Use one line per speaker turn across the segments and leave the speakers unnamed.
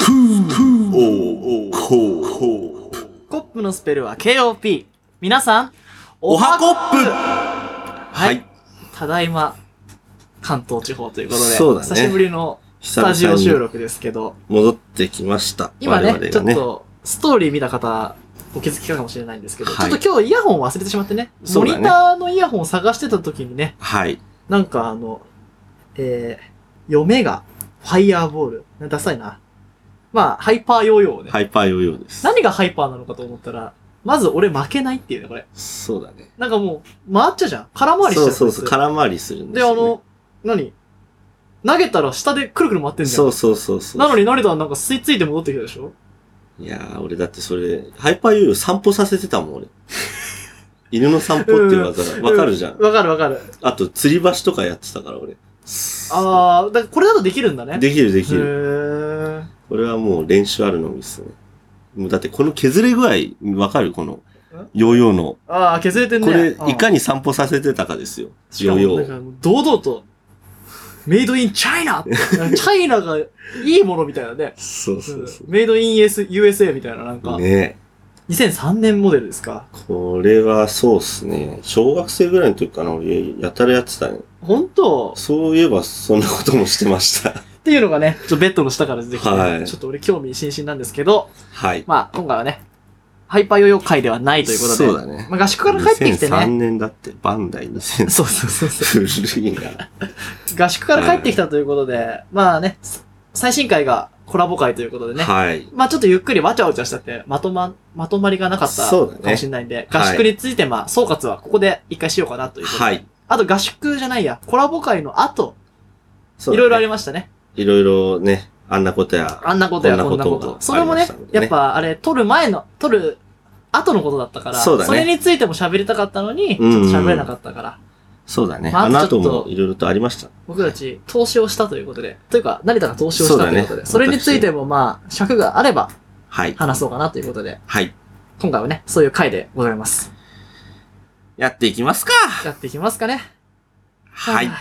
おーおーこうこう
コップのスペルは KOP。皆さん、
おはコップ
は
はいい。
ただいま、関東地方ということで、
そうだね
久しぶりのスタジオ収録ですけど、
戻ってきました。
今ね
我々
ちょ
が
っ
ね。
と、ストーリー見た方、お気づきかもしれないんですけど、
はい
ちょっと今日イヤホン忘れてしまってね、
そうだ
モ
ね
ニターのイヤホンを探してた時にね、
はい。
なんかあの、えー、嫁が、ファイヤーボール。ダサいな。まあ、ハイパーヨーヨーをね、
ハイパーヨーヨーです。
何がハイパーなのかと思ったら、まず俺負けないっていうね、これ。
そうだね。
なんかもう、回っちゃうじゃん。空回りしちゃ
そううそうそう。
こい
空回りするんで
つで、
す
あ
よ、ね。
の、何投げたら下でくるくる回ってんじゃん。
そうそうそうそう。
なのに、成田はなんか吸い付いて戻ってきたでしょ
いやー、俺だってそれ、ハイパーヨーヨー散歩させてたも ん、俺。犬の散歩っていう技がわかるじゃん。
わかるわかる。
あと、吊り橋とかやってたから、俺。
あー、だからこれだとできるんだね。
できるでき
へ
る。
ー。
これはもう練習あるのみですね。もうだってこの削れ具合、わかるこの、ヨーヨーの。
あー、削れてんね。
これ、いか
に
に散歩させてたかですよ。
しか
ヨー
も
ヨ
なん
ーを。
か堂々と、メイドインチャイナチャイナがいいものみたいなね。
そうそうそ
メイドイン US USA みたいな、なんか
う。、ね
2003年モデルですか。
これはそうっすね。小学生ぐらいの時かな、俺、やたらやってたね。
本当
そういえば、そんなこともしてました。
っていうのがね、ちょっとベッドの下から出てきて、
はい
ちょっと俺興味津々なんですけど、
はい。
まあ今回はね、ハイパーヨーヨー会ではないということで、
そうだね。
まあ合宿から帰ってきて
2003
ね、
年だって、バンダイ2003
そうそうそうそ
古いな。
う、合宿から帰ってきたということで、まあね、最新回がコラボ会ということでね、
はい。
まあちょっとゆっくりわちゃわちゃしちゃって、まとま、まとまりがなかった
そうだね
かもしれないんで、
はい
合宿についてまあ総括はここで一回しようかなということで、
はい。
あと合宿じゃないや、コラボ会の後、
そう
い
だね
ろいろありましたね。
いろいろね、あんなことや、
あんなことやこ
こ
ん
ん
な
な
こ
ことと。
それも
あ
ね
りましたんでね
やっぱあれ、撮る前の、撮る後のことだったから、
そうだね
れについても喋りたかったのに、ち
うん
ょ
う
っ
ん
と喋れなかったから、
そうだね。
まあ
あの後
ちょっ
も
と
いろいろとありました。
僕たち投資をしたということで、というか、成田が投資をしたということで、そ,、
そうだね
れについてもまあ、尺があれば
はい。
話そうかなということで、
はい。
今回はね、そういう回でございます。
やっていきますか。
やっていきますかね。
はい
あ。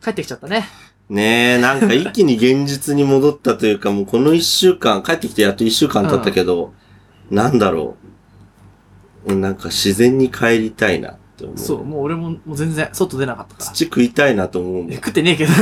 ー。 帰ってきちゃったね。
ねえ、なんか一気に現実に戻ったというか、もうこの一週間、帰ってきてやっと一週間経ったけど、なんだろう。なんか自然に帰りたいなって思う。
そう、もう俺ももう全然外出なかったから。
土食いたいなと思うもん。
食ってねえけ ど。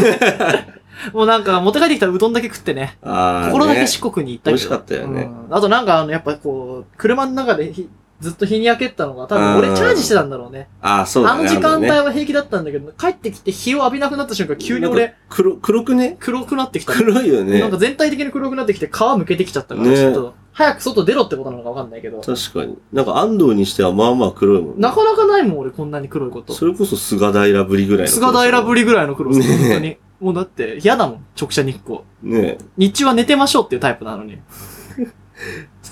もうなんか持って帰ってきたうどんだけ食ってね。
ああ、ね。
心だけ四国に行ったけど。
美味しかったよね
うんあとなんかあの、やっぱこう、車の中でひずっと日に焼けてたのが、多分
う
俺
ん
チャージしてたんだろうね。
ああ、そうだ
あ
ね。
の時間帯
あのね
は平気だったんだけど、帰ってきて日を浴びなくなった瞬間、急に
なん
俺
か、黒、黒くね
黒くなってきたの。
黒いよね
なん。か全体的に黒くなってきて、皮むけてきちゃったから、
ね
ちょっと、早く外出ろってことなのかわかんないけど、
確かに。なんか安藤にしてはまあまあ黒いもんね、
なかなかないもん俺こんなに黒いこと。
それこそ菅平ぶりぐらいの。
菅平ぶ
り。
りぐらいの黒さ、
ねえ
本当に。もうだって嫌だもん、直射日光。
ねえ。
日中は寝てましょうっていうタイプなのに。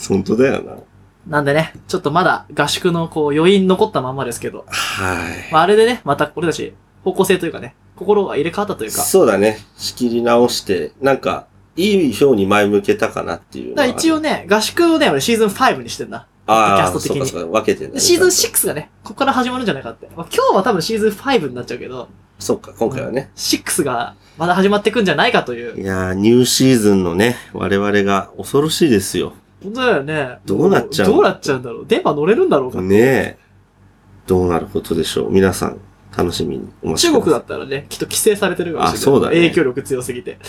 本当だよな。
なんでね、ちょっとまだ合宿のこう余韻残ったまんまですけど、
はい。
まあ、あれでね、また俺たち方向性というかね、心が入れ替わったというか、
そうだね。仕切り直して、なんか、いい表に前向けたかなっていうの
だか
は。
ら一応ね、合宿をね、俺シーズン5にしてんだ。
あ
ポッド
あ、
キャスト
そう
的
か
に
そうか、分けて
で
ね。
シーズン6がね、ここから始まるんじゃないかって。まあ、今日は多分シーズン5になっちゃうけど、
そうか、今回はね。
6がまだ始まってくんじゃないかという。
いやー、ニューシーズンのね、我々が恐ろしいですよ。
本当だよね。
どうなっちゃう
どうなっちゃうんだろう。電波乗れるんだろうか。
ねえ。どうなることでしょう。皆さん、楽しみにお待ち
中
ください。
国だったらね、きっと規制されてるかもしれない。
あそうだね
影響力強すぎて。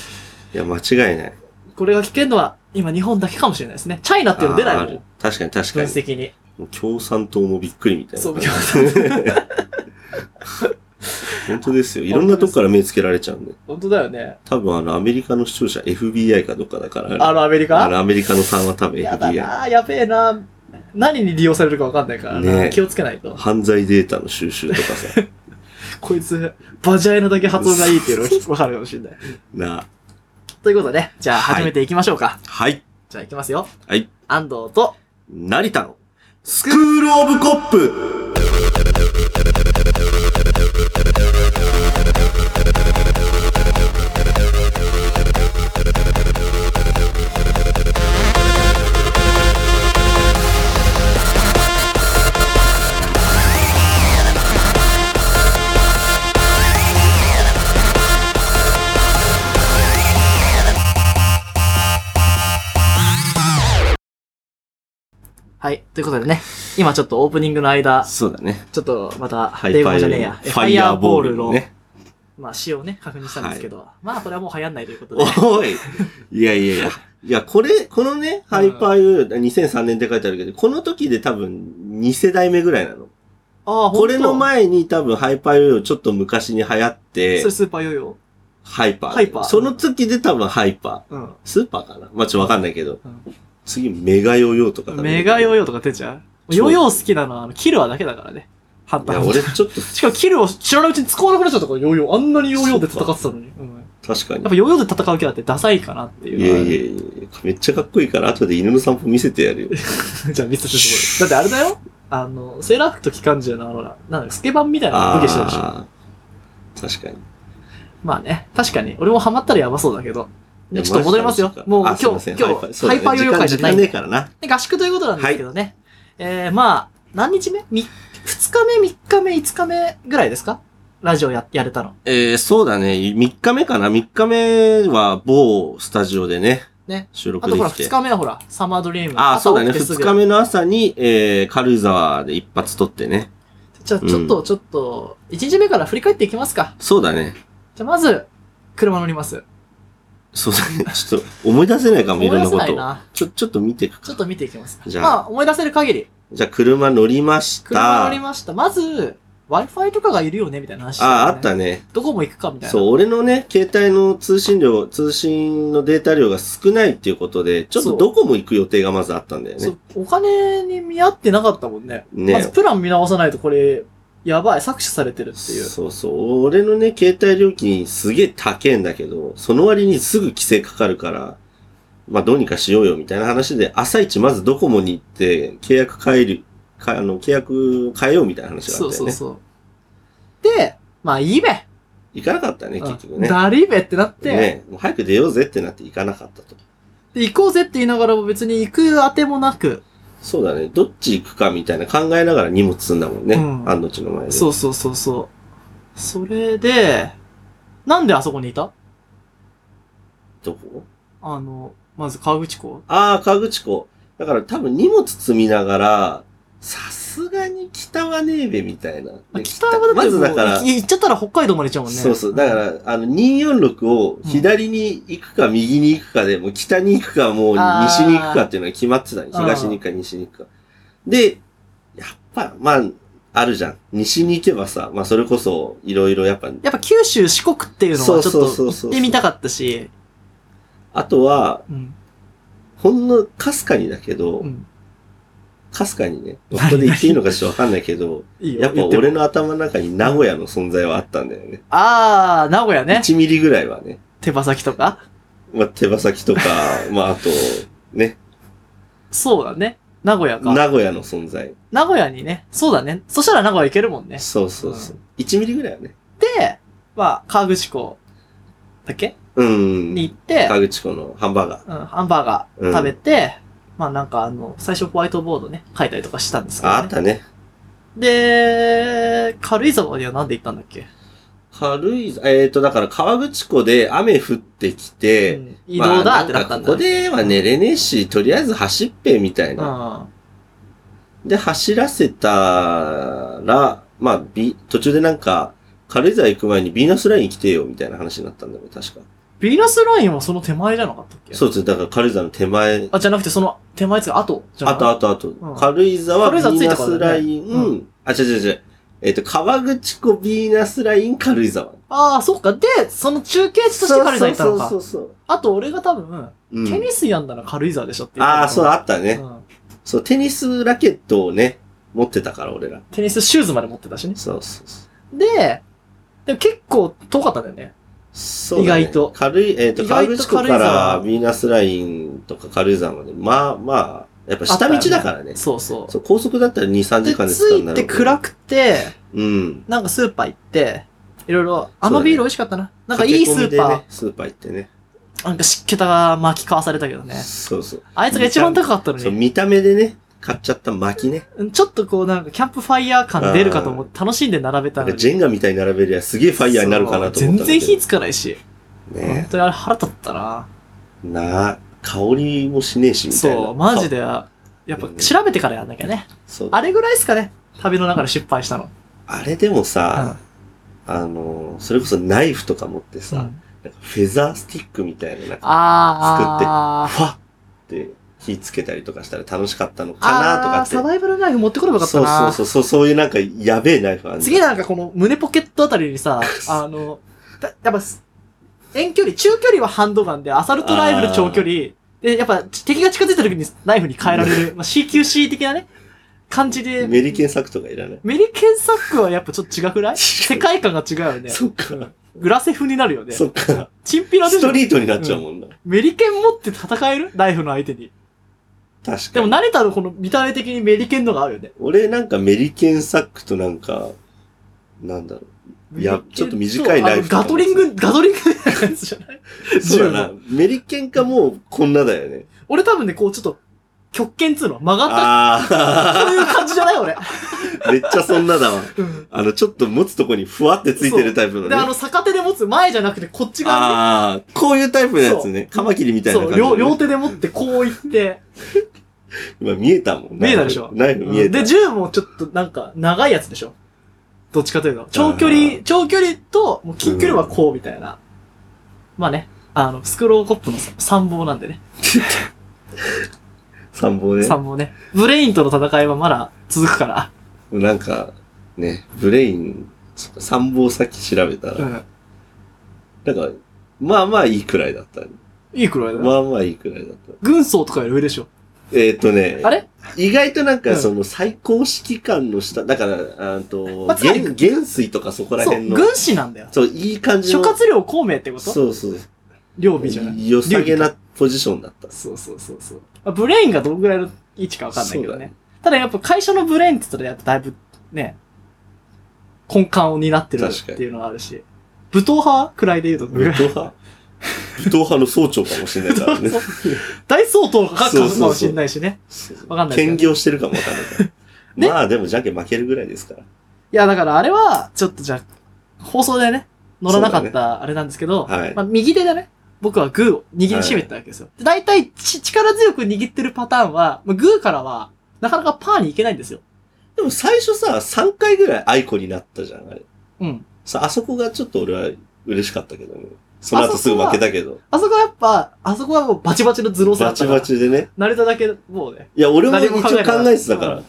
いや、間違いない。
これが聞けるのは、今日本だけかもしれないですね。チャイナっていうの出ないも
あ
ん。
ー確かに確か
分
に。
析に。
もう共産党もびっくりみたいな。
そう、
本当ですよ。いろんなとこから目つけられちゃうんで。
本当だよね。
多分あの、アメリカの視聴者 FBI かどっかだから。
あのアメリ
あ
カ
の、アメリカのさんは多分
やだ
FBI。
なぁ、やべえなぁ。何に利用されるかわかんないからな、
ねえ
気をつけないと。
犯罪データの収集とかさ。
こいつ、バジャイナだけ発音がいいっていうのが聞こえるかもしれない。
なあ。
ということで、じゃあ
はい
始めていきましょうか。
はい。
じゃあいきますよ。
はい。
安藤と、
成田の、スクールオブコップ
はい。ということでね、今ちょっとオープニングの間、
そうだね。
ちょっとまた、
ハ
デ
イ
ー
パ
ゴ
ー
じ
よ
ゃ
り
ねえ
も
や、
ファイヤーボールの
ファイヤ
ね。
まあ、使用ね、確認したんですけど、まあ、これはもう流行んないということで。
おいいやいやいや。いや、これ、このね、ハイパーユー、2003年って書いてあるけど、この時で多分2世代目ぐらいなの。
ああ、
これの
ほんと
前に多分ハイパーユーちょっと昔に流行って
それ、スーパーヨーヨ
ハイパー。
ハイパー
その時で多分ハイパー。
ー。
スーパーかなまあちょっとわかんないけど
うん。
次、メガヨーヨーとか多
うん。
分
メガヨーヨーとか出ちゃう
そ
ヨ
う
ーヨー好きなのは、あの、キルアだけだからね。ハン
い
タ
や、
ー。
俺ちょっと、
しかもキルを知らないうちに使わなくなっちゃったから、ヨーヨー。あんなにヨーヨーで戦ってたのに。うん。
確かに
やっぱ。ヨーヨーで戦うキャラってダサいかなっていう
い
のは
や
ある。
いやいやめっちゃかっこいいから、後で犬の散歩見せて やるよ。
じゃあ見せてすごい。だってあれだよあの、セーラー服と機関銃のあの、なんだ、スケバンみたいな武器してたでしょ。
あー確かに。
まあね、確かに。俺もハマったらやばそうだけど。
いや
ねちょっと戻りますよ
ジか。
もう
あ
今日、
すいま
今
せん
日、ハイパーヨーヨー会じゃない
時間時間
ん
ねえ
で。
からな。
で合宿ということなんですけどね。えー、まあ、何日目み ?2 日目、3日目、5日目ぐらいですかラジオや、やれたの。
えー、そうだね。3日目かな。3日目は某スタジオでね。
ね
収
あ
録
と
で
ほら、
き
2
て。
日目はほら、サマードリーム。
ああ、そうだね。
朝起きて
2
すぐ
日目の朝に、えー、軽井沢で一発撮ってね。
じゃあ、ちょっと、ちょっと、1日目から振り返っていきますか。
そうだね。
じゃあ、まず、車乗ります。
そうだね。ちょっと思い出せないかも、
思
い
い
ろんな
出せ
こ
ない
とを。
な。
ちょ、ちょっと見ていく
ちょ
か
っ。と見ていきますか。
じゃあ
まあ、思い出せる限り、
じゃあ、車乗りました。
車乗りました。まず、Wi-Fi とかがいるよねみたいな話、
ああ、あった。ね。
どこも行くかみたいな。
そう、俺のね、携帯の通信量、通信のデータ量が少ないっていうことで、ちょっ
そ
と
う
どこも行く予定がまずあったんだよ
そ
ね
う。お金に見合ってなかったもんね。
ね
まずプラン見直さないとこれ、やばい、搾取されてるっていう。
そうそう。俺のね、携帯料金すげえ高えんだけど、その割にすぐ規制かかるから、まあどうにかしようよみたいな話で、朝一まずドコモに行って、契約変える、かあの、契約変えようみたいな話があ
そ
っ
う
たよ
そう
ね。
そう。で、まあいいべ。
行かなかったね、結局ね。
だりべってなって、
ね、もう早く出ようぜってなって行かなかったと。
で、行こうぜって言いながらも別に行くあてもなく、
そうだね。どっち行くかみたいな考えながら荷物積んだもんね。
うん
あんのちの前で。
そうそうそうそう。それで、なんであそこにいた
どこ
あの、まず川口湖
ああ、河口湖。だから多分荷物積みながら、さすがに北はねえべみたいな。
まあ
で
北まで
まずだから、
行っちゃったら北海道まで行っちゃうもんね。
そうそう。だから、あの、246を左に行くか右に行くかで、もう北に行くかもう
あー
西に行くかっていうのは決まってたね。
うん
東に行くか西に行くか。で、やっぱ、まあ、あるじゃん。西に行けばさ、まあそれこそ、いろいろやっぱ、
やっぱ九州、四国っていうのはちょっ
そうそ
と
うそう
行
そう
ってみたかったし、
あとは、
うん。
ほんのかすかにだけど
う、ん。
かすかにね、ここで言っていいのかちょっとわかんないけど、
いいよ。
やっぱ
言ても
俺の頭の中に名古屋の存在はあったんだよね。
あー、名古屋ね。
1ミリぐらいはね。
手羽先とか。
まあ、手羽先 とか、まあ、あと、ね、
そうだね。名古屋か。
名古屋の存在。
名古屋にね。そうだね。そしたら名古屋行けるもんね。
そうそうそう。1ミリぐらいはね。
で、まあ、河口湖だっけ
うん。
に行って、
河口湖のハンバーガー。
うん、ハンバーガ
う
ー
ん
食べて、まあなんかあの、最初ホワイトボードね、書いたりとかしたんですけ
あ、あ
ど、
っ
ね。
たね。
で、軽井沢にはなんで行ったんだっけ、
軽い、えっ、と、だから河口湖で雨降ってきて、
うん、移動だって
まあ
なった
ん
ん
かこ
だ。
こでは寝れねえし、とりあえず走っぺみたいな。
うん。
で、走らせたら、まあ、ビ途中でなんか、軽井沢行く前にビーナスライン来てよ、みたいな話になったんだよね、確か。
ヴィーナスラインはその手前じゃなかったっけ
そうですね、だから軽井沢の手前、
あ、じゃなくてその手前つか、後じゃな
あ
くて
とあとあと、
ん
軽井沢
軽
ビ
井沢着い
ーナ
たから
スライン、
だよねう
あ、違う違う違う。えっ、と、川口湖ビーナスライン軽井沢。
ああ、そっか。で、その中継地として軽井沢行ったのか。
そうそうそうそう
あと俺が多分、
うん
テニスやんだら軽井沢でしょって言った
ああ、そう、
だ
あったね、そう、テニスラケットをね、持ってたから、俺ら。
テニスシューズまで持ってたしね。
そうそうそう。
で、でも結構遠かったんだよね。
そうだね
意外と
軽い、えっ、と、
意
河
外と
口湖
軽井
か
沢
らビーナスラインとか軽井沢まで、まあまあ、やっぱ下道だからね。
そうそう。
そう高速だったら2、3時
で、
間で
着
使うんだ
い
ろう
て
けど
暗くて、
うん。
なんかスーパー行って、いろいろ、あ
そうだ
の
ね
ビール美味しかったな。なんかいいス
駆け込みで
ー
ね
パー、
スーパー行ってね。
なんか湿気が巻き交わされたけどね。
そうそう。
あいつが一番高かったの
そう、
に、
見た目でね、買っちゃった薪ね。
ちょっとこうなんかキャンプファイヤー感出るかと思って楽しんで並べた
なん
の
か
に。
ジェンガみたいに並べりゃすげえファイヤーになるかなと思ったんだけど。
そう全然火つかないし。本
ね
当にあれ腹立ったな。
なあ、香りもしねえしみたいな。
そう、マジで、あやっぱ調べてからやんなきゃね。
そう。
あれぐらいですかね旅の中で失敗したの。
あれでも
うん
さ、あの、それこそナイフとか持ってさ、
うん
なんかフェザースティックみたいな、なんか、
あー。
ファッって火つけたりとかしたら楽しかったのか
あ
なとか
ー
って。
サバイバルナイフ持ってこればよかった
そう
な。
そうそうそう、そういうなんかやべえナイフある
次なんかこの胸ポケットあたりに さ、あの、だやっぱす、遠距離、中距離はハンドガンで、アサルトライフル長距離、で、やっぱ敵が近づいた時にナイフに変えられる、まあ、CQC 的なね、感じで、
メリケンサクとかいら ない。
メリケンサックはやっぱちょっと違 くない世界観が違うよね。
そっか。
グラセフになるよね。
そっか。
チンピラで
ス
し
ト
ょ
リートになっちゃうもんな。
メリケン持って戦えるナイフの相手に。
確
で
か
も
に。
慣れたらこの見た目的にメリケンのが合うよね。
俺なんかメリケンサックとなんか、なんだろう。いや、ちょっと短いナイフとか
あのガトリング、ガトリングのやつじゃない
そうだな。メリケンかもうこんなだよね。
俺多分ね、こうちょっと、極拳っつうの曲がっ
あ
たこういう感じじゃない俺。
あ、 めっちゃそんなだわ。
うん。
あの、ちょっと持つとこにふわってついてるタイプの
で、
ね。
あの、逆手で持つ前じゃなくて、こっち側
ああ、こういうタイプのやつね。カマキリみ
に。
たいな
そ
感
う、
じの
両
ね。
両手で持って、こういって。
今見えたもん。
見えたでしょ
ナイ フ見えた。
で、銃もちょっとなんか、長いやつでしょどっちかというと。長距離、長距離と、もう近距離はこうみたいな。まあね、あの、スクローコップの参謀なんでね。
参謀ね。
参謀ね。ブレインとの戦いはまだ続くから。
なんか、ね、ブレイン、そっか参謀さっき調べた
う
ら、
ん。
なんか、まあまあいいくらいだった。
いいくらいだよ。
まあまあいいくらいだった。
軍曹とかより上でしょ。
えーっとね、
あれ
意外となん
う
か
ん
その最高指揮官の下、だから、あーと、
まあつまり
元元帥とかそこら
そう、
辺の、
軍師なんだよ。
そう、いい感じ
諸
の、
葛亮孔明ってこと
そうそう、
両備じゃない。
良さげ
劉備
なポジションだった。
そうそうそうそう。まあブレインがどのぐらいの位置かわかんないけ
そ
ど
うだ
ね
ね。
ただやっぱ会社のブレインって言ったらやっぱだいぶね、根幹を担ってる
確
っ
かに
ていうのがあるし。武闘派くらいで言うとど
武
のぐらい
闘派武闘派の総長かもしれないからね。
大総統が
そうそう
書く
そ
か
う
もしれないしね。 わかんないけど
兼業してるかもわかんないから。
ね
まあでもじゃんけん負けるぐらいですから。
いやだからあれは、ちょっとじゃあ、放送でね、乗らな
そ
かっ
うだ
たあれなんですけど、
はい
まあ右手でね、僕はグーを握りしめてたわけですよ。で大体ち力強く握ってるパターンは、まあグーからは、なかなかパーにいけないんですよ。
でも最初さ、3回ぐらいアイコになったじゃん、あれ。
うん。
さ、あそこがちょっと俺は嬉しかったけどね。その後すぐ負けたけど。
あそこはやっぱ、あそこはもうバチバチの頭脳戦だ
バ
った
チ
から。
バチでね。
慣れただけ、もうね。
いや、俺も一応
誰も考えなかった
考えてたか
う
ら、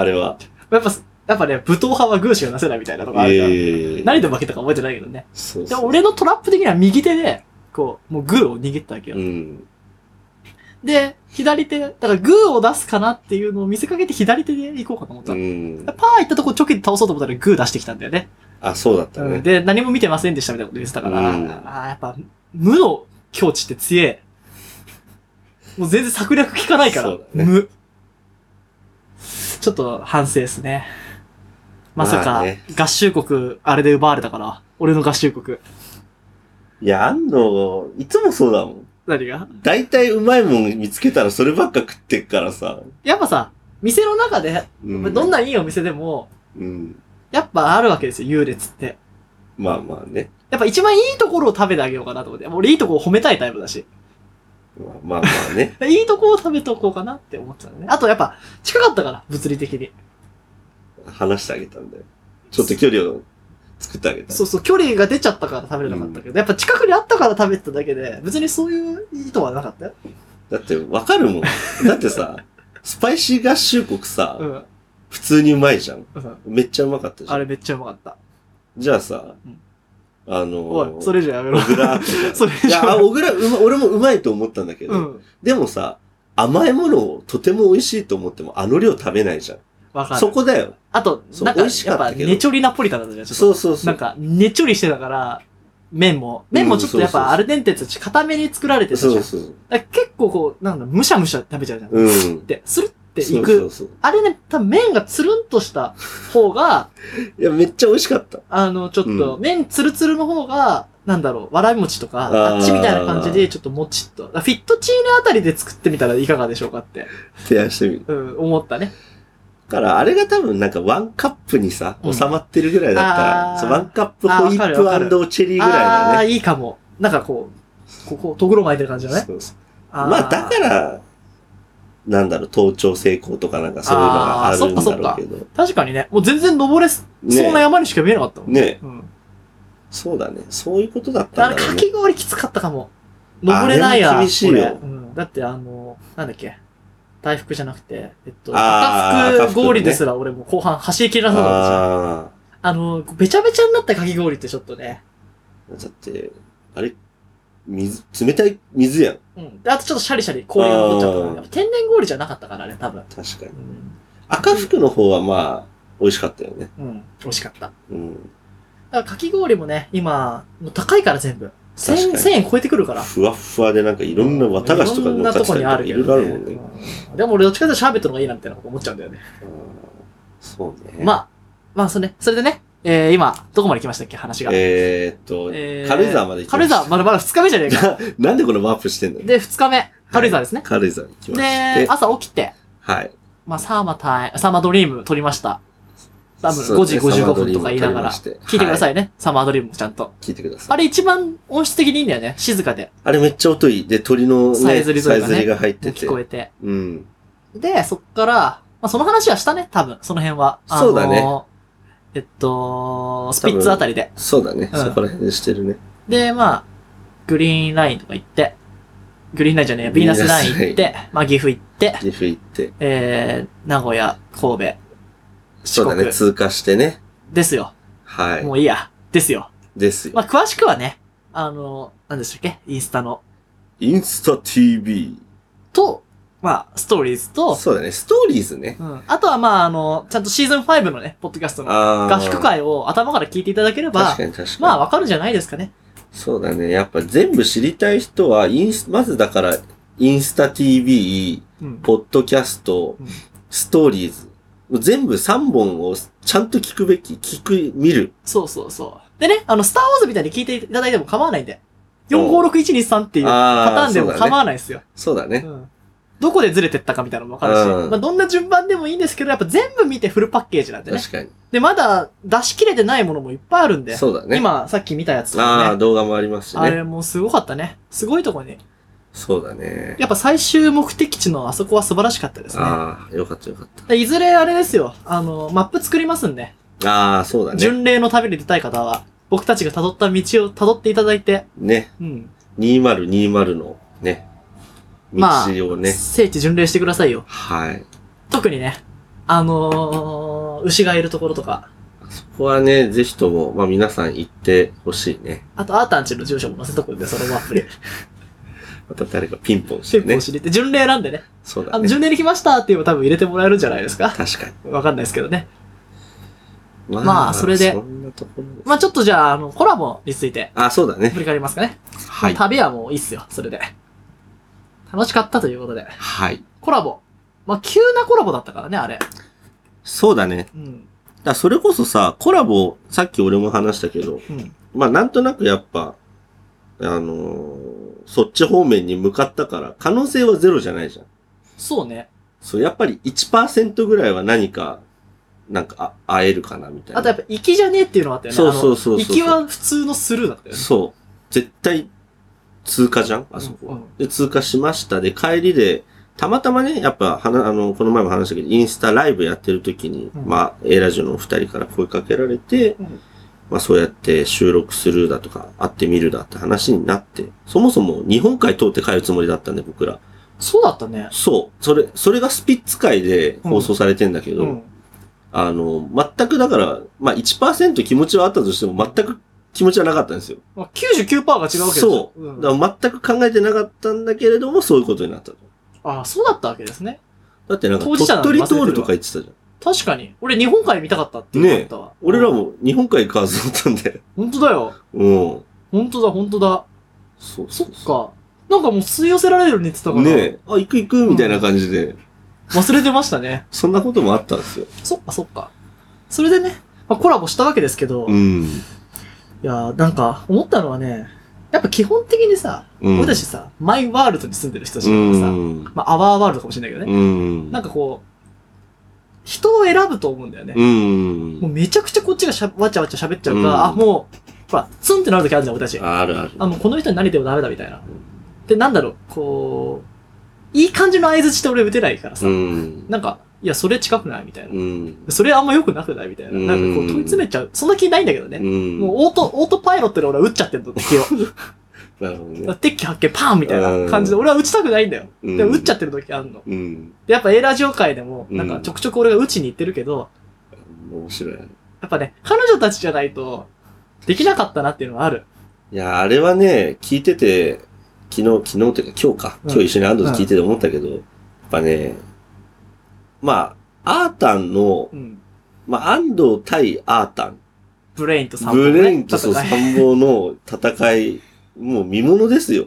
あれは。
やっぱ、やっぱね、武闘派は軍師がなせないみたいなとこあるから。
ええ
何で負けたか覚えてないけどね。
そう
で、
そう。
俺のトラップ的には右手で、こう、もうグーを握ったわけよ。
うん。
で、左手、だからグーを出すかなっていうのを見せかけて左手で行こうかと思った。
うん
パ。ー行ったとこチョキで倒そうと思ったらグー出してきたんだよね。
あ、そうだったね。
で、何も見てませんでしたみたいなこと言ってたから、
うん
ああ、やっぱ、無の境地って強え。もう全然策略効かないから、
そうだね
無。ちょっと反省ですね。まさ
まあ
か
ね、
合衆国、あれで奪われたから、俺の合衆国。
いや、安藤、いつもそうだもん。
何が
大体うまいもん見つけたらそればっか食ってっからさ。
やっぱさ、店の中で、
うん
どんないいお店でも、
うん。
やっぱあるわけですよ、優劣って。
まあまあね。
やっぱ一番いいところを食べてあげようかなと思って。俺いいところを褒めたいタイプだし。
まあまあまあね。
いいとこを食べとこうかなって思ってたのね。あとやっぱ、近かったから、物理的に。
話してあげたんだよ。ちょっと距離を作ってあげた。
そうそう、距離が出ちゃったから食べれなかったけど、やっぱ近くにあったから食べてただけで、別にそういう意図はなかったよ。
だってわかるもん。だってさ、スパイシー合衆国さ、
うん。
普通にうまいじゃん。
うん
めっちゃうまかったじゃ
あ
ん。
れめっちゃうまかった。
じゃあさ、
うん
あ
お
の
い、それじゃやめろ
小。倉明じゃん
それ
い
じ
や、
ゃ
あ小倉、うま、俺もうまいと思ったんだけど、
うん。
でもさ、甘いものをとても美味しいと思ってもあの量食べないじゃん。
わか
そ
る。
こだよ。
あと、
そう
なんか、
美味しか
や
っ
っ
た
ぱ、
けど
ねちょりナポリタンだったじゃん。ちょっと
そうそうそう。
なんか、ねちょりしてたから、麺も。麺もちょっとやっ
うんそうそうそう
ぱアルデンテって固めに作られてたじゃん。
そうそう。
だから結構こう、なんだ、むしゃむしゃ食べちゃうじゃん。
うん
スって、スルってい
そう
く
そうそう。
あれね、多分麺がつるんとした 方が、
いや、めっちゃ美味しかった。
あの、ちょっと、
う
麺つるつるの方が、なんだろう、わらび餅とか、
あー
あっちみたいな感じで、ちょっともちっと。だからフィットチーネあたりで作ってみたらいかがでしょうかって、
提案してみる。
うん、思ったね。
だから、あれが多分なんかワンカップにさ、
うん
収まってるぐらいだった
あ
ら、
ー
そうワンカップ
あー
ホイ
わかるわかる
ップチェリーぐらい
あ
だ
あ
ね。
ー、いいかも。なんかこう、ここ、とぐろ巻いてる感じだね。
そうそう
あー
まあ、だから、なんだろう、盗聴成功とかなんかそういうのがあるんだろうけど。
確かにね、もう全然登れそ
ね
うな山にしか見えなかったもん。
ね
うん。
そうだね。そういうことだった
あ
ん
れ、
だろ
か
うね。
き氷きつかったかも。登れ
あ
ない
れ
や。
は厳しいよ
これうん。だってあの、なんだっけ。大福じゃなくて、えっと、
あー
赤福氷ですら俺もう後半走り切れなさそうだったじゃん。
あ
あの、べちゃべちゃになったかき氷ってちょっとね。
あ。だって、あれ、水、冷たい水やん。
うん。であとちょっとシャリシャリ氷が残っちゃったから
あー
やっぱ天然氷じゃなかったからね、多分。
確かに
う。ん。
赤服の方はまあ、美味しかったよね。
うん。美味しかった。だか
うん。
らかき氷もね、今、もう高いから全部。
確か
1000
に
1000円超えてくるから。
ふわっふわでなんかいろんな綿菓子とか
いろ
で
ん
乗
な
っか
と
って
こ
たり
に
と
あ
か
る
い
け
ろい
ど、
ろあるもんね。
うんでも俺どっちかというとシャーベットの方がいいなみたいなこと思っちゃうんだよね。
うんそうね。
まあ、まあ、それね、それでね、えー、今、どこまで来ましたっけ、話が。
えーっと、
えー
軽井沢まで行きま
軽井
した
沢、まだまだ2日目じゃねえか。
なんでこのワープしてんの
で、2日目、軽井沢ですね。
軽井沢行きまして
で、。朝起きて、
はい。
まあ、サーマタイ、サーマドリーム撮りました。多分
そう
5
です
時
ね
55分とか言いながら。
サマドリーム撮りまして
聞いてくださ
はい
ね、サマードリームちゃんと。
聞いてくださ
あ
い。
れ一番音質的にいいんだよね、静かで。
あれめっちゃ音いい。で、鳥のね、
さえずりとかね
さえずりが入ってて
聞。こえて。
うん。
で、そっから、まあ、その話はしたね、多分、その辺は。あのー
そうだね。
えっと、スピッツあたりで。
そうだね。
うん
そこら辺でしてるね。
で、まあ、グリーンラインとか行って、グリーンラインじゃねえや、ヴィーナスライン行っ
ヴィー
て、まあ、岐阜行って、
岐阜行って。
えー、名古屋、神戸、
そうだ
四
ね。
国
通過してね。
ですよ。
は
も
い。
ういいや。ですよ。
ですよ
ま。あ、詳しくはね、あの、何でしたっけインスタの。
インスタ TV。
と、まあ、ストーリーズと、
そうだね。ストーリーズね。
うん。あとは、まあ、あの、ちゃんとシーズン5のね、ポッドキャストの
ああ。
合宿会を頭から聞いていただければ
確、かに確かに。
まあ、わかるんじゃないですかね。
そうだね。やっぱ全部知りたい人は、インス、まずだから、インスタ TV、
うん。
ポッドキャスト
うん、
ストーリーズ。全部3本をちゃんと聞くべき、聞く、見る。
そうそうそう。でね、あの、スターウォーズみたいに聞いていただいても構わないんで。456123っていう
あ
パ
ー
ターンでも構わないですよ。
そうだね。
うん。どこでずれてったかみたいなのもわかるし、
うん
まあどんな順番でもいいんですけど、やっぱ全部見てフルパッケージなんでね。
確かに。
で、まだ出し切れてないものもいっぱいあるんで。
そうだね。
今、さっき見たやつと
あ
か
あ、
ね。
動画もありますし
あ
ね。
れもすごかったね。すごいとこに。
そうだね。
やっぱ最終目的地のあそこは素晴らしかったですね。
ああ、よかったよかっ
でいずれあれですよ。あの、マップ作りますんで。
た。ああ、そうだね。
巡礼の旅に出たい方は、僕たちが辿った道を辿っていただいて、
ね。
うん。
2020のね、道
まあ
をね。
聖地巡礼してくださいよ。
はい。
特にね、あのー、牛がいるところとか、
そこはね、ぜひとも、まあ皆さん行ってほしいね。
あとアータンチの住所も載せとくんで、そのマ ップに。
また誰かピンポンして
店舗
ね
を。知りて、巡礼なんでね。
そうだ
あの、
ね。
巡礼に来ましたって言えば多分入れてもらえるんじゃないですか。
確かに。
わかんないですけどね。
ま
まあそれで
そんなところです
まあちょっとじゃあ、あの、コラボについて
あ、そうだね
振。り返りますかね。
はい。
旅はもういいっすよ、それで。楽しかったということで。
はい。
コラボ。まあ急なコラボだったからね、あれ。
そうだね。
うん。
だからそれこそさ、コラボ、さっき俺も話したけど、
うん。
まあなんとなくやっぱ、あのーそっち方面に向かったから、可能性はゼロじゃないじゃん。
そうね。
そう、やっぱり1%ぐらいは何か、なんか、あ会えるかな、みたいな。
あとやっぱ、行きじゃねえっていうのがあったよね。
そうそうそうそう
あの行きは普通のスルーだったよね。
そう。絶対、通過じゃんあそこは、
うんうん
で、通過しました。で、帰りで、たまたまね、やっぱ、はな、あの、この前も話したけど、インスタライブやってる時に、
うん
まあ、A ラジオのお二人から声かけられて、
うん
まあそうやって収録するだとか、会ってみるだって話になって、そもそも日本海通って帰るつもりだったんで、僕ら。
そうだったね。
そう。それ、それがスピッツ会で放送されてんだけど、
うん。
あの、全くだから、まあ1%気持ちはあったとしても、全く気持ちはなかったんですよ。
まあ、99%が違うわけでしょ
そう。
ん
だから全く考えてなかったんだけれども、そういうことになったと。
ああ、そうだったわけですね。
だってなんか、
当事者な
鳥
んて忘れて
取
るわ
通るとか言ってたじゃん。
確かに。俺日本海見たかったって言ったわ。
俺ら
も。
も日本海行くはずだったんで。
本当だよ。
うん。
本当だ、本当だ。
そうそ
そっ
うう。
か。なんかもう吸い寄せられるように言ってたから。
ねえ。あ、行く行くみたいな感じで、
忘れてましたね。
そんなこともあったんですよ。
そっか、そっか。それでね、まあ、コラボしたわけですけど、
う
い
ん。
やー、なんか思ったのはね、やっぱ基本的にさ、
うん。
俺たちさ、マイワールドに住んでる人たち
う
だからさ、
ん。
まあ、アワーワールドかもしれないけどね。
うん。
なんかこう、人を選ぶと思うんだよね。
うん
もう。めちゃくちゃこっちがしゃわちゃわちゃ喋っちゃうから、
うん
あ、もう、ほら、ツンってなる時あるじゃん、俺たち。
あるある。
あ、もうこの人に何でもダメだみたいな。で、なんだろう、こう、いい感感じの相槌って俺打てないからさ、
うん。
なんか、いや、それ近くないみたいな。
うん。
それあんま良くなくないみたいな。なんかこ
う
う
ん
問い詰めちゃう。そんな気ないんだけどね。
うん。
もうオート、オートパイロットで俺は撃っちゃってん の、敵を。だか
なるほどね
ら。敵機発見パーンみたいな感じで、
うん
俺は撃ちたくないんだよ。
うん
でも撃っちゃってる時あるの。
うん。
で、やっぱ A ラジオ界でも、なんかちょくちょく俺が撃ちに行ってるけど、
面白い。
やっぱね、彼女たちじゃないと、できなかったなっていうのはある。
いや、あれはね、聞いてて、昨日、昨日というか今日か。
うん
今日一緒に安藤と聞いてて思ったけど、やっぱね、まあ、アータンの、
うん。
まあ、安藤対アータン。
ブレインとサ
ブレインとそう参謀の戦い、もう見物ですよ。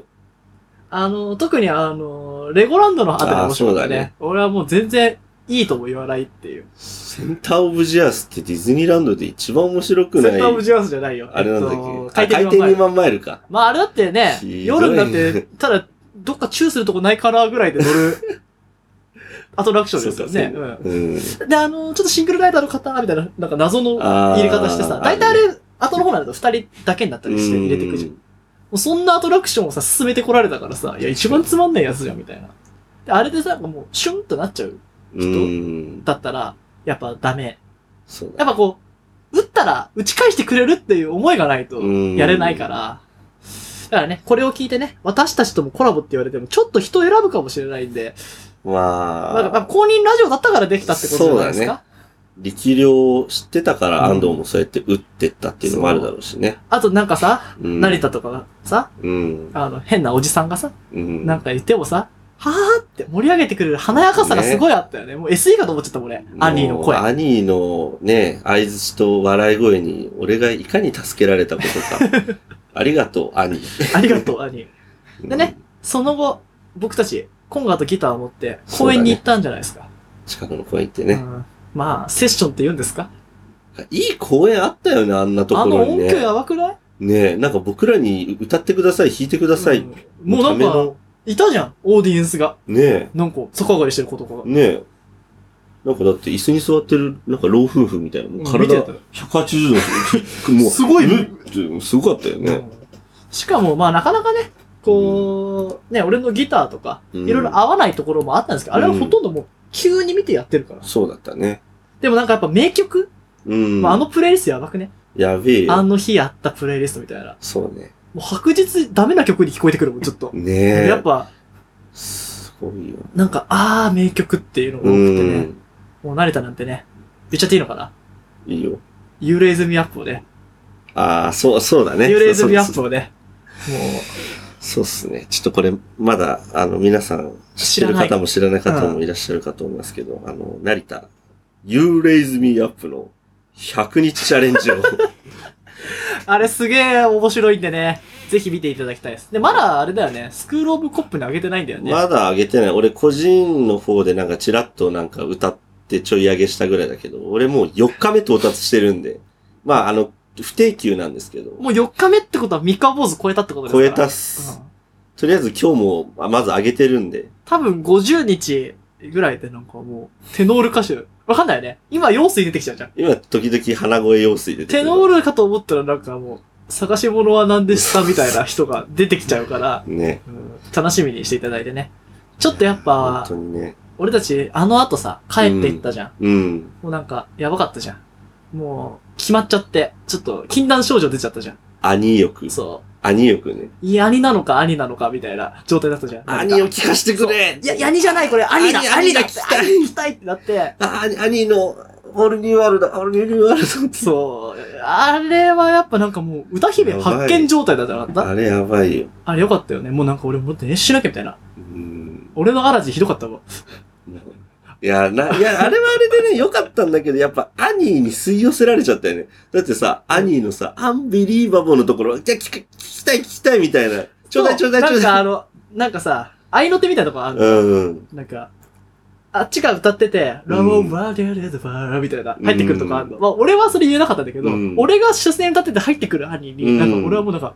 あの、特にあの、レゴランドのあたり面白かっ
あそうだ
たね
ね
俺はもう全然いいとも言わないっていう。
センターオブジアスってディズニーランドで一番面白く
セン
ない。
ターオブジアースじゃないよ。
あれなんだっけ、
えっと
あ
回転
回
の
転
前
2。万マイルか。
まああれだってね、
ひどい
夜になって、ただ、どっかチューするとこないからぐらいで乗 るアトラクションですよね。
そううん。
ん。で、あの、ちょっとシングルライダーの方、みたいな、なんか謎の
あー
入れ方してさ、大体あれ、後の方になると二人だけになったりして入れてくじゃん。もうそんなアトラクションをさ、進めてこられたからさ、いや、一番つまんないやつじゃん、みたいな。で、あれでさ、なんかもう、シュンとなっちゃう。
うん。うん。
だったら、やっぱダメ。
そうだ
やっぱこう、打ったら打ち返してくれるっていう思いがないと
うん
やれないから。だからね、これを聞いてね、私たちともコラボって言われても、ちょっと人を選ぶかもしれないんで、
ま
なんかまあ
あ、
公認ラジオだったからできたってことじゃないです
そうだ
か。
力量を知ってたから安藤もそうやって打ってったっていうのもあるだろうしね。
あとなんかさ、
うん
成田とかがさ、
うん。
あの、変なおじさんがさ、
うん。
なんか言ってもさ、はぁーって盛り上げてくれる華やかさがすごいあったよね。もう SE かと思っちゃったもんね。アニーの声
もう。アニーのね、合図と笑い声に、俺がいかに助けられたこと か。ありがとう、アニー。
ありがとう、アニー。でね
うん。
その後、僕たち、コンガとギターを持って、
そうだ
公
ね
園に行ったんじゃないですか。
近くの公園行ってね。
うんまあ、セッションって言うんですか
いい公園あったよね、あんなと
あ
こ
の
ろに
音響
ね。
やばくない
ねなんか僕らに歌ってください、弾いてください。
うんもうな
た
ん
め
か、
の
いたじゃん、オーディエンスが。
ね
なんか、逆上がりしてる子とかが。
ねえ。なんかだって椅子に座ってる、なんか老夫婦みたいな。もう
うん見て
体
たよ
180度。もう、
すごいね
うっすごかったよね。
しかも、まあ、なかなかね、こう、ね、俺のギターとか、
うん
いろいろ合わないところもあったんですけど、あれはほとんどもう、急に見てやってるから。
そうだったね。
でもなんかやっぱ名曲、
うん。
まあ、あのプレイリストやばくね。
やべえ
あ
よ。
の日やったプレイリストみたいな。
そうね。
もう白日ダメな曲に聞こえてくるもん、ちょっと。
ねえ。
やっ。ぱ、
すごいよ。
なんか、あー、名曲っていうのが多
う
くてね。
ん。
もう慣れたなんてね。言っちゃっていいのかない
いよ。
幽霊済みアップをね。
ああ、そう、そうだね。
幽霊済みアッ
そう
プをね。も
そうっすね。ちょっとこれ、まだ、あの、皆さん、知って
知ら
る
ない
方も知らない方もいらっしゃるかと思いますけど、あの、成田、You Raise Me Up の100日チャレンジを。
う、あれすげえ面白いんでね。ぜひ見ていただきたいです。で、まだあれだよね。スクールオブコップに上げてないんだよね。
まだ上げてない。俺個人の方でなんかチラッとなんか歌ってちょい上げしたぐらいだけど、俺もう4日目到達してるんで。まああの、不定休なんですけど。
もう4日目ってことは三日坊主超えたってことですか
超
ら
えたっ
う
す。
ん
とりあえず今日もあまず上げてるんで。
多分50日ぐらいでなんかもう、テノール歌手。わかんないよね。今、用水出てきちゃうじゃん。
今時々鼻声用水出て
テノー
ル
ルかと思ったらなんかもう、探し物は何でしたみたいな人が出てきちゃうから、
ね。
うん楽しみにしていただいてね。ちょっとやっ
本
ぱ
当、にね。
俺たちあの後さ、帰っていったじゃん。
うん。
もうなんか、やばかったじゃん。もう、決まっちゃって、ちょっと、禁断症状出ちゃったじゃん。
兄欲。
そ
兄欲ね。
う。いや、兄なのか兄なのかみたいな状態だったじゃん。
兄を
聞
聞かしてくれ
いや、いや兄じゃないこれ兄だ
兄
兄だ
兄が聞きたい
兄が聞きたいってなって、
あ兄兄の、オルニューワールド、オルニューワールド。
そう。あれはやっぱなんかもう、歌姫発見状態だったな
あれやばいよ。
あれよかったよね。もうなんか俺もっと練習しなきゃみたいな。
うん。
俺のアラジンひどかったもん。
いや、な、いや、あれはあれで ね、良かったんだけど、やっぱ、アニーに吸い寄せられちゃったよね。だってさ、アニーのさ、アンビリーバボーのところ、じゃあ聞く、聞きたい、聞きたいみたいな。ちょうだい、ちょうだい、ちょう
なんか
だ
あ
い。
の、なんかさ、愛の手みたいなとこあるの。
うん。
なんか、あっちが歌ってて、
うん
ラボバーディアレズバーみたいな、入ってくるとかあるの。まあ、俺はそれ言えなかったんだけど
うん、
俺が主戦歌ってて入ってくる兄
う
に、
ん
なんか俺はもうなんか、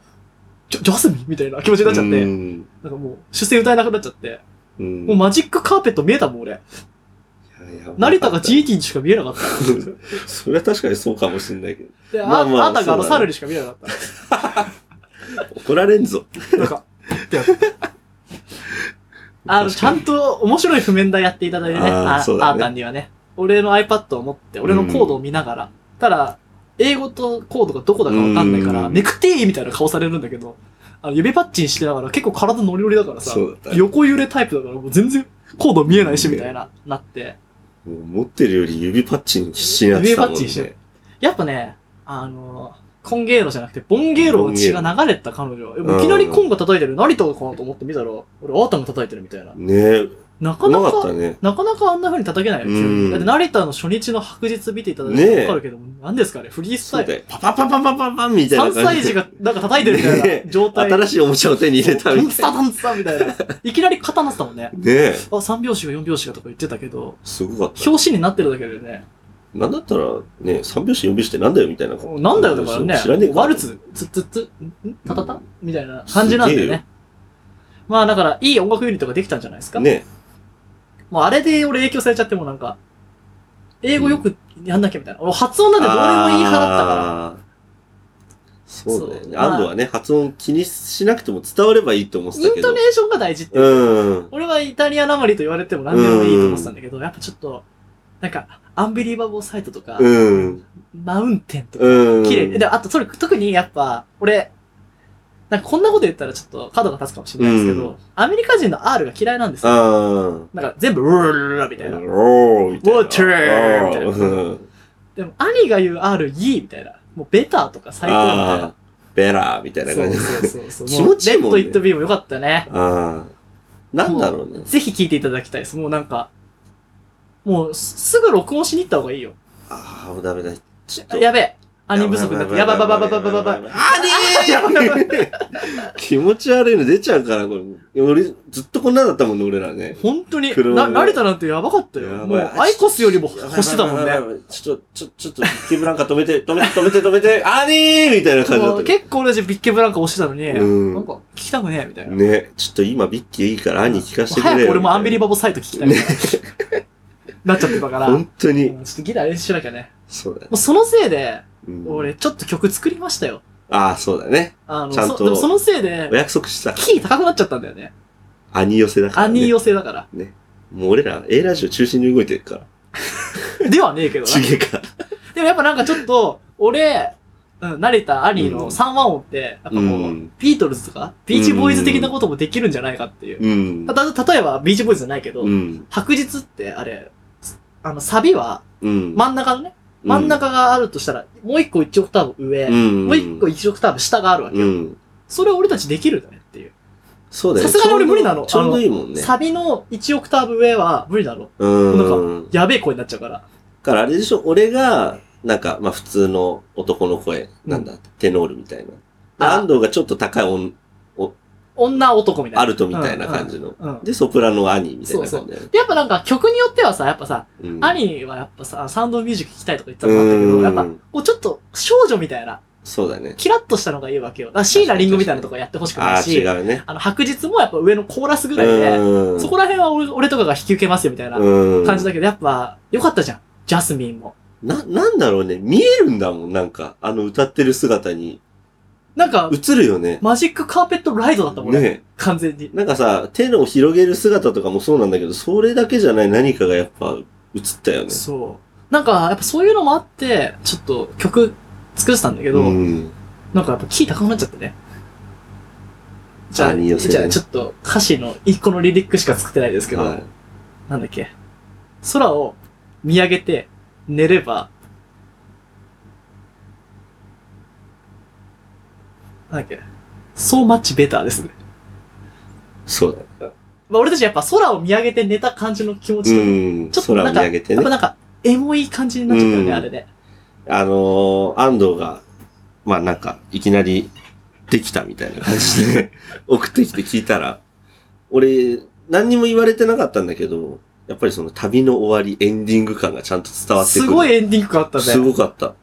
ジョジャスミンみたいな気持ちになっちゃっ
う
て、
ん。
なんかもう、主戦歌えなくなっちゃって、
うん
もうマジックカーペット見えたもん、俺。成田が GT にしか見えなかった。
それは確かにそうかもしれないけど。
で、
まあ
あ
まあ
あんたがあの
そうだね
猿にしか見えなかっ
怒られんぞ。
た。なんか、あの、
確
ち
か
ゃ
に
んと面白い譜面台やっていただいてね、
あー
あ
そうだね
あーたんにはね。俺の iPad を持って、俺のコードを見ながら。ただ、英語とコードがどこだかわかんないから、
うん
めくっていいみたいな顔されるんだけど、あの、指パッチンしてながら結構体ノリノリだからさ
そうだっ、た
横揺れタイプだからもう全然コード見えないしみたいな、なって。
もう持ってるより指パッチン必死になってたもんね。
指パッチンしてるやっぱね、あの、コンゲーロじゃなくて、ボンゲーロの血が流れてた彼女。
ロ
いきなりコンが叩いてる、成田かなと思って見たら、俺、アータンが叩いてるみたいな。
ねえ、
なか
う
な
まかっ
か
た、ね。
なかなかあんな風に叩けないよ、急
う
に。
ん
だって、成田の初日の白日見ていただい
ね
て
え
わかるけど、何ですかね、フリース
そ
タ
う
イ
だ
ル。
よ。パパパパパパパみたいな
3
感じで。
歳児がなんか叩いてるみた
ね
いな 状態。
新しいおもちゃを手に入れた
タ
み
ンツ
たい
タ
な。
タンツタみたい な。いきなり肩なってたもんね。
ねえ、
あ、3拍子が4拍子がとか言ってたけど、
すごかった。
表紙になってるだけでね、
なんだったら、ね、三拍子四拍子ってなんだよみたいな。
なんだよだからね、
知らねえから
ワルツ、ツッツッツッ、んタタタみたいな感じなん
す
だよ
げえよ
ね。まあだから、いい音楽ユニットができたんじゃないですか。
ね
もうあれで俺影響されちゃってもうなんか、英語よくやんなきゃみたいな。俺発音なんてどうでもいい派だったから。
あーそうだよ
そう
ね。安藤はね、発音気にしなくても伝わればいいと思って
イ
たけ
ン
ど。
トネーションが大事って。
うん。
俺はイタリアなまりと言われても何でもいいと思ってたんだけど、やっぱちょっと、なんか、アンビリーバボーサイトとか、
うん。
マウンテンとか、
うん。
綺麗で、あと、それ、特にやっぱ、俺、なんかこんなこと言ったらちょっと角が立つかもしれないですけど、
う
アメリカ人の R が嫌いなんですよ。
あ
なんか全部、うるるるるみたい
ー。
な。
おーみたいな。
ウォーターみたいな
うん
でも、兄が言う R、いいみたいな。もう、ベターとか最高みたいな。
あーベラーみたいな
そ
感
う
じ。
そうそうそう。
気持ちいいもんね
レッド・イット・ビーも良かったね。
ああ。なんだろうね。
ぜひ聞いていただきたいです。もうなんか、もうすぐ録音しに行った方がいいよ。
ああ、もうダメだ。ちょっと。
やべえ。兄不足になって、やばいやばいやばいやばいやばい。
兄気持ち悪いの出ちゃうから、これ。俺、ずっとこんなんだったもんね、俺らね。
本当に、
車
な、
で
成田なんてやばかったよ。
やばい
もう、アイコスよりも欲してたも
や
んね
ばいやばいや。ばいちょっと、ちょ、ちょっと、ビッケブランカ止めて、止めて、止めて、止めて、兄ーみたいな感じだ
も
っ
う
たね。
結構同じビッケブランカ押してたのに、
うん
なんか聞きたくねえみたいな。
ね、ちょっと今ビッキーいいから兄聞かせてくれよ。
早く俺もアンビリ
バ
バボーサイト聞きたいみたい な。なっちゃってたから。うん
本当
ち
に。
ょっとギター練習しなきゃね。
そうだね
もうそのせいで、。
うん、
俺ちょっと曲作りましたよ。
ああ、そうだね。
あの、
ちゃんと
そでもそのせいで
お、約束した。
キー高くなっちゃったんだよね。
兄寄せだから、ね。
兄寄せだから。
もう俺ら A ラジオ中心に動いてるから。
ではねえけどな
ち。げえから。
でもやっぱなんかちょっと、俺、うん、慣れた兄の三和音って、やっぱこう、
うん
ビートルズとか、ビーチボーイズ的なこともできるんじゃないかっていう。
うん。
たた例えば、ビーチボーイズじゃないけど、
うん。
白日ってあれ、あの、サビは、
うん。
真ん中のね、真ん中があるとしたら、もう一個1オクターブ上、
うん、
もう一個1オクターブ下があるわけ。
うん。
それ俺たちできるんだねっていう。
そうだよね
さすがに俺無理なの
ちょうどいいもんね。
サビの1オクターブ上は無理だろ。
うん。だ
やべえ声になっちゃうから。
からあれでしょ、俺が、なんか、まあ普通の男の声、なんだ、テノールみたいな。
あ
安藤がちょっと高い音、
女男みたいな。
アルトみたいな感じの。
うん。
で、ソプラノ兄みたいな感じだよね。
でやっぱなんか曲によってはさ、やっぱさ、
うん
兄はやっぱさ、サウンドミュージック聴きたいとか言ってたのもあったけど、
うん
やっぱ、こうちょっと少女みたいな、
そうだね。
キラッとしたのがいいわけよ。だから椎名林檎みたいなとこやってほしく
あ
ない
あ、違
し、あ
うね。
の、白日もやっぱ上のコーラスぐらいで、
うん。
そこら辺は俺俺とかが引き受けますよみたいな
うん
感じだけど、やっぱ、良かったじゃん。ジャスミンも。
な、なんだろうね。見えるんだもん、なんか。あの歌ってる姿に。
なんか、
映るよね。
マジックカーペットライドだったもんね。
ね
完全に。
なんかさ、手を広げる姿とかもそうなんだけど、それだけじゃない何かがやっぱ映ったよね。
そう。なんか、やっぱそういうのもあって、ちょっと曲作ってたんだけど、
うん。
なんかやっぱキー高くなっちゃってね。じゃあ、
あいい
じ
よそれ
ゃあちょっと歌詞の一個のリリックしか作ってないですけど、
はい。
なんだっけ。空を見上げて寝れば、なんだっけ。So much better ですね。
そうだ。
まあ俺たちやっぱ空を見上げて寝た感じの気持
う
ちと、
ん。
ちょっと
空を
なん
見
か、
上げて
やっぱ
ね。
なんか、エモい感じになっちゃったよ
う
ね、
ん
あれね。
あのー、安藤が、まあなんか、いきなり、できたみたいな感じ で、送ってきて聞いたら、俺、何にも言われてなかったんだけど、やっぱりその旅の終わり、エンディング感がちゃんと伝わってくる。
すごいエンディングがあったね。
すごかった。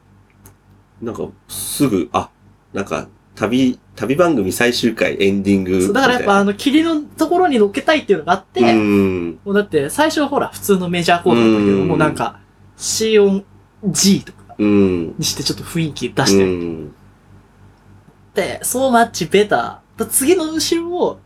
なんか、すぐ、あ、なんか、旅、旅番組最終回エンディングみたい
そう
な。
だからやっぱあの、霧のところに乗っけたいっていうのがあって、
うん。
もうだって最初ほら普通のメジャーコードだったけど、
うん
もうなんか C 音 G とか
うん。
にしてちょっと雰囲気出
う
して
ん。
って、そうマッチベター。だ次の後ろを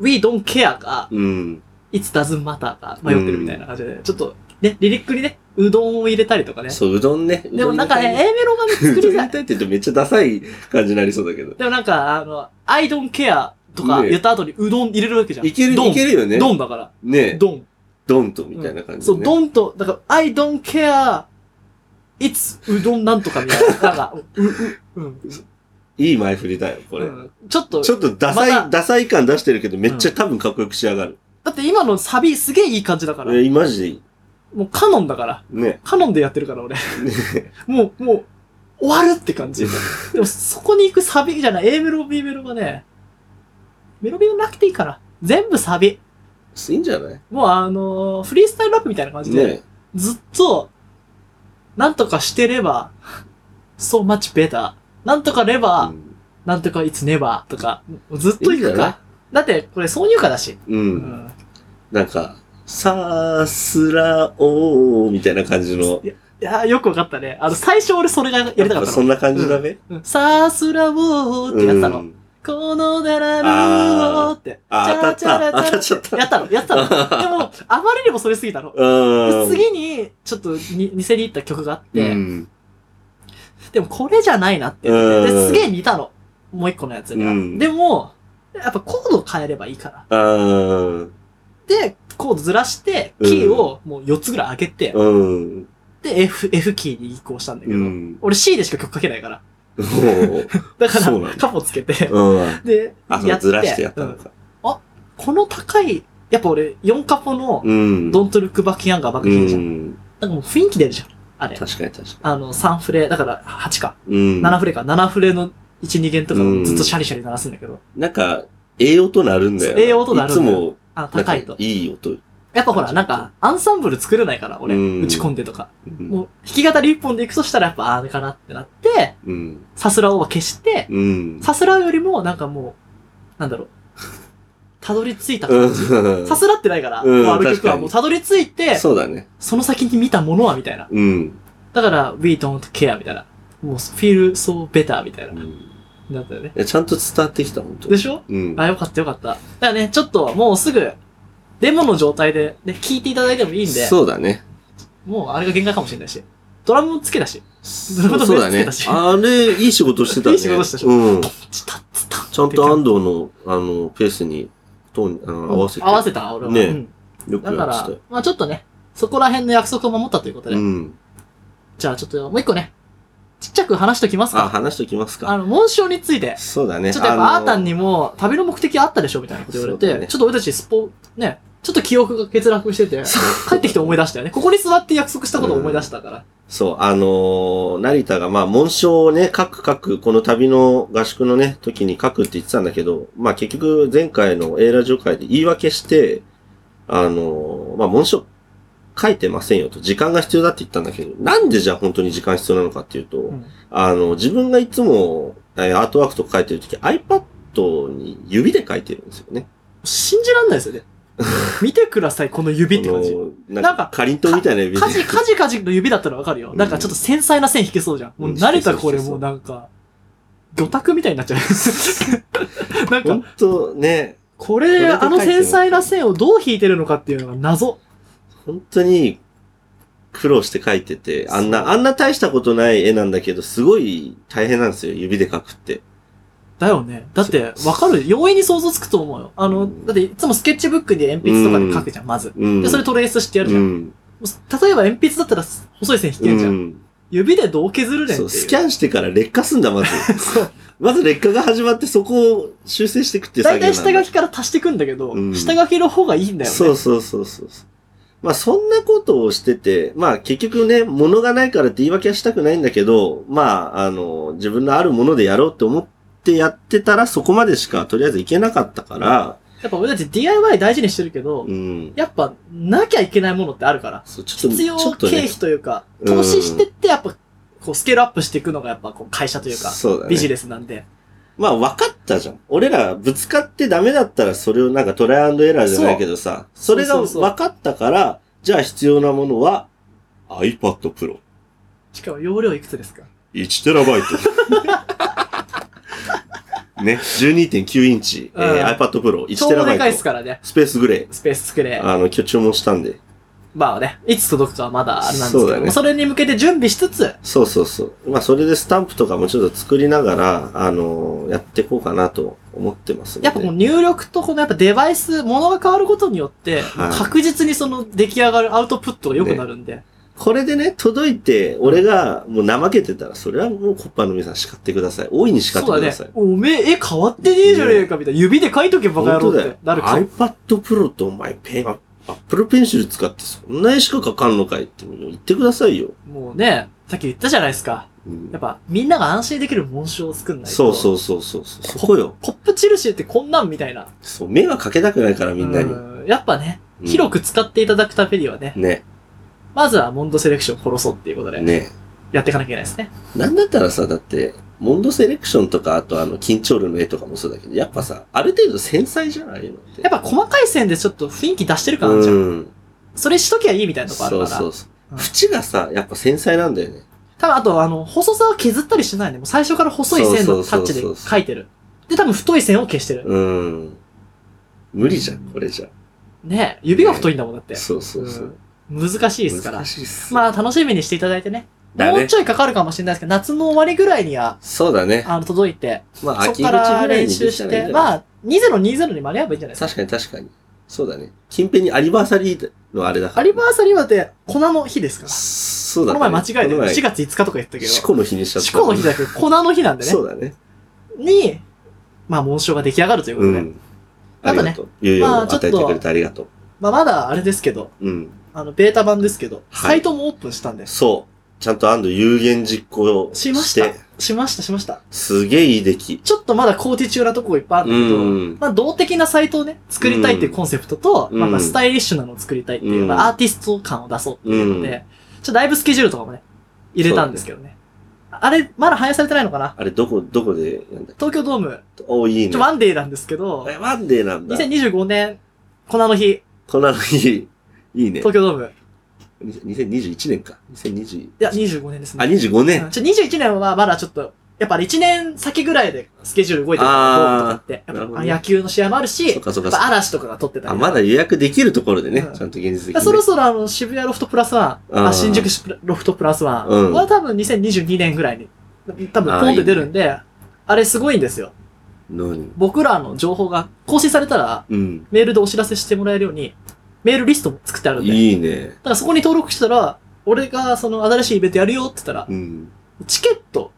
We don't care か、
うん。
It doesn't matter か迷ってるみたいな感じで、ちょっとね、リリックにね、うどんを入れたりとかね。
そう、うどんね。
でもなんかね、
え
A メロがね、
う
作
どん入
りづら
れ
い。
たいって言ってめっちゃダサい感じになりそうだけど。
でもなんか、あの、I don't care とか
ねえ
言った後にうどん入れるわけじゃん。
いける、
ドン
いけるよね。
ド
ン。
ンだから。
ね
ドン。
ドンとみたいな感じ
そ
で
う、
ね。
ドンと、だから、I don't care, it's うどんなんとかみたい な。なんか、う、う、うん。
いい前振りだよ、これ
う。んちょっと、
ちょっとダサ
また
い、ダサい感出してるけど、めっちゃ多分かっこよく仕上がる。
だって今のサビすげえいい感じだから。
え、マジでいい。
もうカノンだから。
ね。
カノンでやってるから俺。もう、もう、終わるって感じ。でもそこに行くサビじゃない、A メロ、B メロがね、メロビはなくていいから。全部サビ。
いいんじゃない
もうあのーフリースタイルラップみたいな感じで、
ね。
ずっと、なんとかしてれば、so much better. なんとかれば、
うん
なんとかいつねばとか、ずっと
いいん
行
じゃ
く
ない
か。だって、これ挿入歌だし。
う。
うんん。
なんか、さすらおーみたいな感じの。
いやー、よくわかったね。あの、最初俺それがやりたか
や
っ
っぱ
た
そ
の
んな感じだね。
うん。さーすらぼーってやってたの。
うん
このだららーって。
あー
チャラチャラチャラ
当たった当たっちゃった
やったの、やってたの。 でも、あまりにもそれすぎたの。
うん。
で次に、ちょっとに、偽に行った曲があって、
うん。
でもこれじゃないなって言って
うん
ですげえ似たの。もう一個のやつが。
うん
でも、やっぱコードを変えればいいから。
うん。
で、コードずらして、キーをもう4つぐらい上げて、
うん。
で、F、F キーに移行したんだけど、
うん。
俺 C でしか曲かけないから。
おー
だか
そうなん
ら、
だ
カポつけて、
うん。
で、
あ、それずらしてやったの
うん
か。
この高い、やっぱ俺、4カポの、
うん。
ドントルックバッキアンガーバッ
う
クヒーじゃん。
ん。
なんかもう雰囲気出るじゃん。あれ。
確かに確か
あの、3フレ、だから8か。
に。うん。
7フレか。7フレの1、2弦とか
う
を
ん
ずっとシャリシャリ鳴らすんだけど。
なんか、ええ音なるんだよな。
そうええ音鳴るんだよ
いつも、
あの、
なん
高
か
いと。
いい音。
やっぱほら、なんか、アンサンブル作れないから、俺。
うん
打ち込んでとか。
うん
もう、弾き語り1本で行くとしたらやっぱあれかなってなって、
うん。
さすらをは消して、
うん。
さすらうよりも、なんかもう、なんだろう。 たどり着いた感じ。
うん
さすらってないから、
うん
もうあの
確
曲
か
は
に
もうたどり着いて、
そうだね。
その先に見たものは、みたいな。
うん。
だから、we don't care みたいな。もう、feel so better みたいな
う。ん
なったよね。
いやちゃんと伝わってきた、本当
でしょ
うん。
あ、よかったよかった。だからね、ちょっともうすぐ、デモの状態で、ね、聞いていただいてもいいんで、
そうだね。
もうあれが限界かもしれないし。ドラムもつけたし、
そ
ドラム
う
と
そうだ
ベ
ね
ースつけたし。
あれ、いい仕事してたね。
いい仕事したでしょ
うん。
チタッツタッ
ちゃんと安藤の、あの、ペースに、トーン、あの合わせて。
合わせた、俺は。
ね
うん
よくや
だ
って
か
た
ら
よ。、
まあちょっとね、そこら辺の約束を守ったということで、
うん。
じゃあちょっともう一個ね、ちっちゃく話しときます
あ、
か。
話しときます
あ
か。
の、紋章について。
そうだね。
ちょっとやっぱあーたん
に。
にも、旅の目的あったでしょみたいなこと言われ
そう
て、
だね
ちょっと俺たちスポ、ね、ちょっと記憶が欠落してて、帰ってきて思い出したよね。ここに座って約束したことを思い出したから。
そう、あのー成田がまあ、紋章をね、書く書く、この旅の合宿のね、時に書くって言ってたんだけど、まあ結局前回の A ラジオ会で言い訳して、あのーまあ紋章書いてませんよと、時間が必要だって言ったんだけど、なんでじゃあ本当に時間必要なのかっていうと、
うん
あの、自分がいつも、えーアートワークとか書いてる時 iPad に指で書いてるんですよね。
信じらんないです よね。見てください、この指って感じ
あ。のー
な
なんん
か
か、かりんとうみたいな指で。
カジカジカジの指だったらわかるよ。なんかちょっと繊細な線引けそうじゃん。もう
うん
慣れたこれ
そうそう
も
そうう
なんか、魚拓みたいになっちゃう。 なん
本
か、
当ね、
これ、
それで書いて
あ
るの
の繊細な線をどう引いてるのかっていうのが謎。
本当に苦労して描いてて、あん
そう
な、あんな大したことない絵なんだけど、すごい大変なんですよ、指で描くって。
だよね。だって、わかる容易に想像つくと思うよ。あの、
うん
だっていつもスケッチブックで鉛筆とかで書くじゃん、まず。
うん。
で、それトレースしてやるじ
う
ゃん。
ん。
例えば鉛筆だったら細い線引けるじゃ。
うんん
指でどう削るねんってい。
そうう、スキャンしてから劣化すんだ、まず。
そう。
まず劣化が始まって、そこを修正していくっていう
だい
作業なん
たい
だ。
下書きから足していくんだけど、
うん
下書きの方がいいんだよね。
そうそうそうそうそう。まあそんなことをしてて、まあ結局ね、物がないからって言い訳はしたくないんだけど、まああの、自分のあるものでやろうって思ってやってたらそこまでしかとりあえずいけなかったから、
やっぱ俺たち DIY 大事にしてるけど、
うん。
やっぱなきゃいけないものってあるから。
そうちょっと、
必
ち
要
ょっ
経
とね
費、というか、
うん
投資してってやっぱ、こうスケールアップしていくのがやっぱこう会社というか、
そうだね。
ビジネスなんで。
まあ分かったじゃん。俺らぶつかってダメだったらそれをなんかトライアンドエラーじゃないけどさ、
そ
そうれが
そうそうそう
分かったから、じゃあ必要なものは iPad Pro。
しかも容量いくつですか
1テラバイト。 ね、12.9インチ、えー
うん
iPad Pro 1
超でかい
TB
ですからね。
スペースグレ
スペース作れ
ー。。あの、今日注文したんで。
まあね、いつ届くかはまだあれなんです
そ
け
う
ど
だ
も、
ね
それに向けて準備しつつ、
そうそうそう。まあ、それでスタンプとかもちょっと作りながら、あのーやっていこうかなと思ってますので。
やっぱこう入力とこのやっぱデバイス、ものが変わることによって、
はい
確実にその出来上がるアウトプットが良くなるんで、
これでね、届いて、俺がもう怠けてたら、それはもうコッパの皆さん叱ってください。大いに叱って
そう
くだ
だね
さい。。
おめえ、絵変わってねえじゃねえかみたいな。指で書いとけばバカ
本
野
当
郎っ
だ
て
よ。
なるか
iPad Pro とお前ペン、アップルペンシル使ってそんな絵しか描かんのかいって言ってくださいよ。
もうね、さっき言ったじゃないですか。
うん
やっぱ、みんなが安心できる紋章を作んないと。
そう
う。
そうそうそうそう。そこよ。
コップチルシーってこんなんみたいな。
そう、目はかけたくないからみんなに。
うんやっぱね、
うん
広く使っていただくためにはね、
ね、
まずはモンドセレクションを殺そうっていうことで、
ね。
やっていかなきゃいけないですね。
なんだったらさ、だって、モンドセレクションとか、あとあの、緊張ルの絵とかもそうだけど、やっぱさ、ある程度繊細じゃないのって。
やっぱ細かい線でちょっと雰囲気出してる感じゃん。
うん。
それしときゃいいみたいなとこある
そ
か
う
ら。
そうそうう。
ん
縁がさ、やっぱ繊細なんだよね。
多分あと、あの、細さは削ったりしてないね。もう最初から細い線のタッチで
そうそうそうそう
描いてる。で、多分太い線を消してる。
うん。無理じゃん、これじゃ。
ねえ指が太いんだもんだって。
そうそうそう。
うん難しいですから
難。しいっす。
まあ、楽しみにしていただいてね。
だ
もう
ね
ち。ょいかかるかもしれないですけど、夏の終わりぐらいには、
そうだね。
あの、届いて、
まあ、
そ
秋
こ
口ぐ
か
ら
ら
いにで
練習
きた
し
らいいんじ
て、
ゃない
まあ、2020に間に合えばいいんじゃないですか。
確かに確かに。そうだね。近辺にアニバーサリーのあれだか
ア
らね。
ニバーサリーはだって、粉の日ですから。
そうだ
こ
ね。
の前間違えて
この前
4月5日とか言ったけど、
四
四
股の日にしちゃった。
股の日だけど、粉の日なんでね
そ。うだね。
に、まあ、紋章が出来上がるというこ
う
とで。
ん。あ
あ
り
とね
がとう。有用を与えてくれてありがとう。
まあ、まだあれですけど、
うん。
あの、ベータ版ですけど、
はい
サイトもオープンしたんで。
そう。ちゃんと安藤有言実行を
しま
し
した
て、。
しました、しました。
すげえいい出来。
ちょっとまだ工事中なとこがいっぱいあるんだけど、
うん。
まあ、動的なサイトをね、作りたいっていうコンセプトと、
うん
まあまあ、スタイリッシュなのを作りたいっていう、
うん
まあ、アーティスト感を出そうっていうので、
うん
ちょっとライブスケジュールとかもね、入れたんですけどね。あれ、まだ反映されてないのかな
あれ、どこ、どこでやんだっ
東京ドーム、
けおいい
ち
ね
ょ、。ワンデーなんですけど、
えワンデーなんだ。
2025年、粉の日、
こんなのいい。いいね。
東京ドーム。
2021年か。2020。
いや、25年です
あ、
ね。
25
う
年
ん。ちょ、21年はまだちょっと、やっぱ1年先ぐらいでスケジュール動いてるからドームとかって。
あー
やっ
なるほど
ぱ
ね
野球の試合もあるし、
そっ
や
かそっか
っ
そっか。
ぱ嵐とかが撮ってたり
あ、
とか
まだ予約できるところでね
う。ん
ちゃんと現実的に
だか
ね。
らそろそろあの渋谷ロフトプラスワン、
うん
あ新宿シプラロフトプラスワン
うん
は多分2022年ぐらいに、多分
あー
ポンって出るんで、あれすごいんですよ。
何
僕らの情報が更新されたら
うん。
メールでお知らせしてもらえるように、メールリストも作ってあるんで、だ
いいね。
からそこに登録したら、俺がその新しいイベントやるよって言ったら、
うん。
チケット、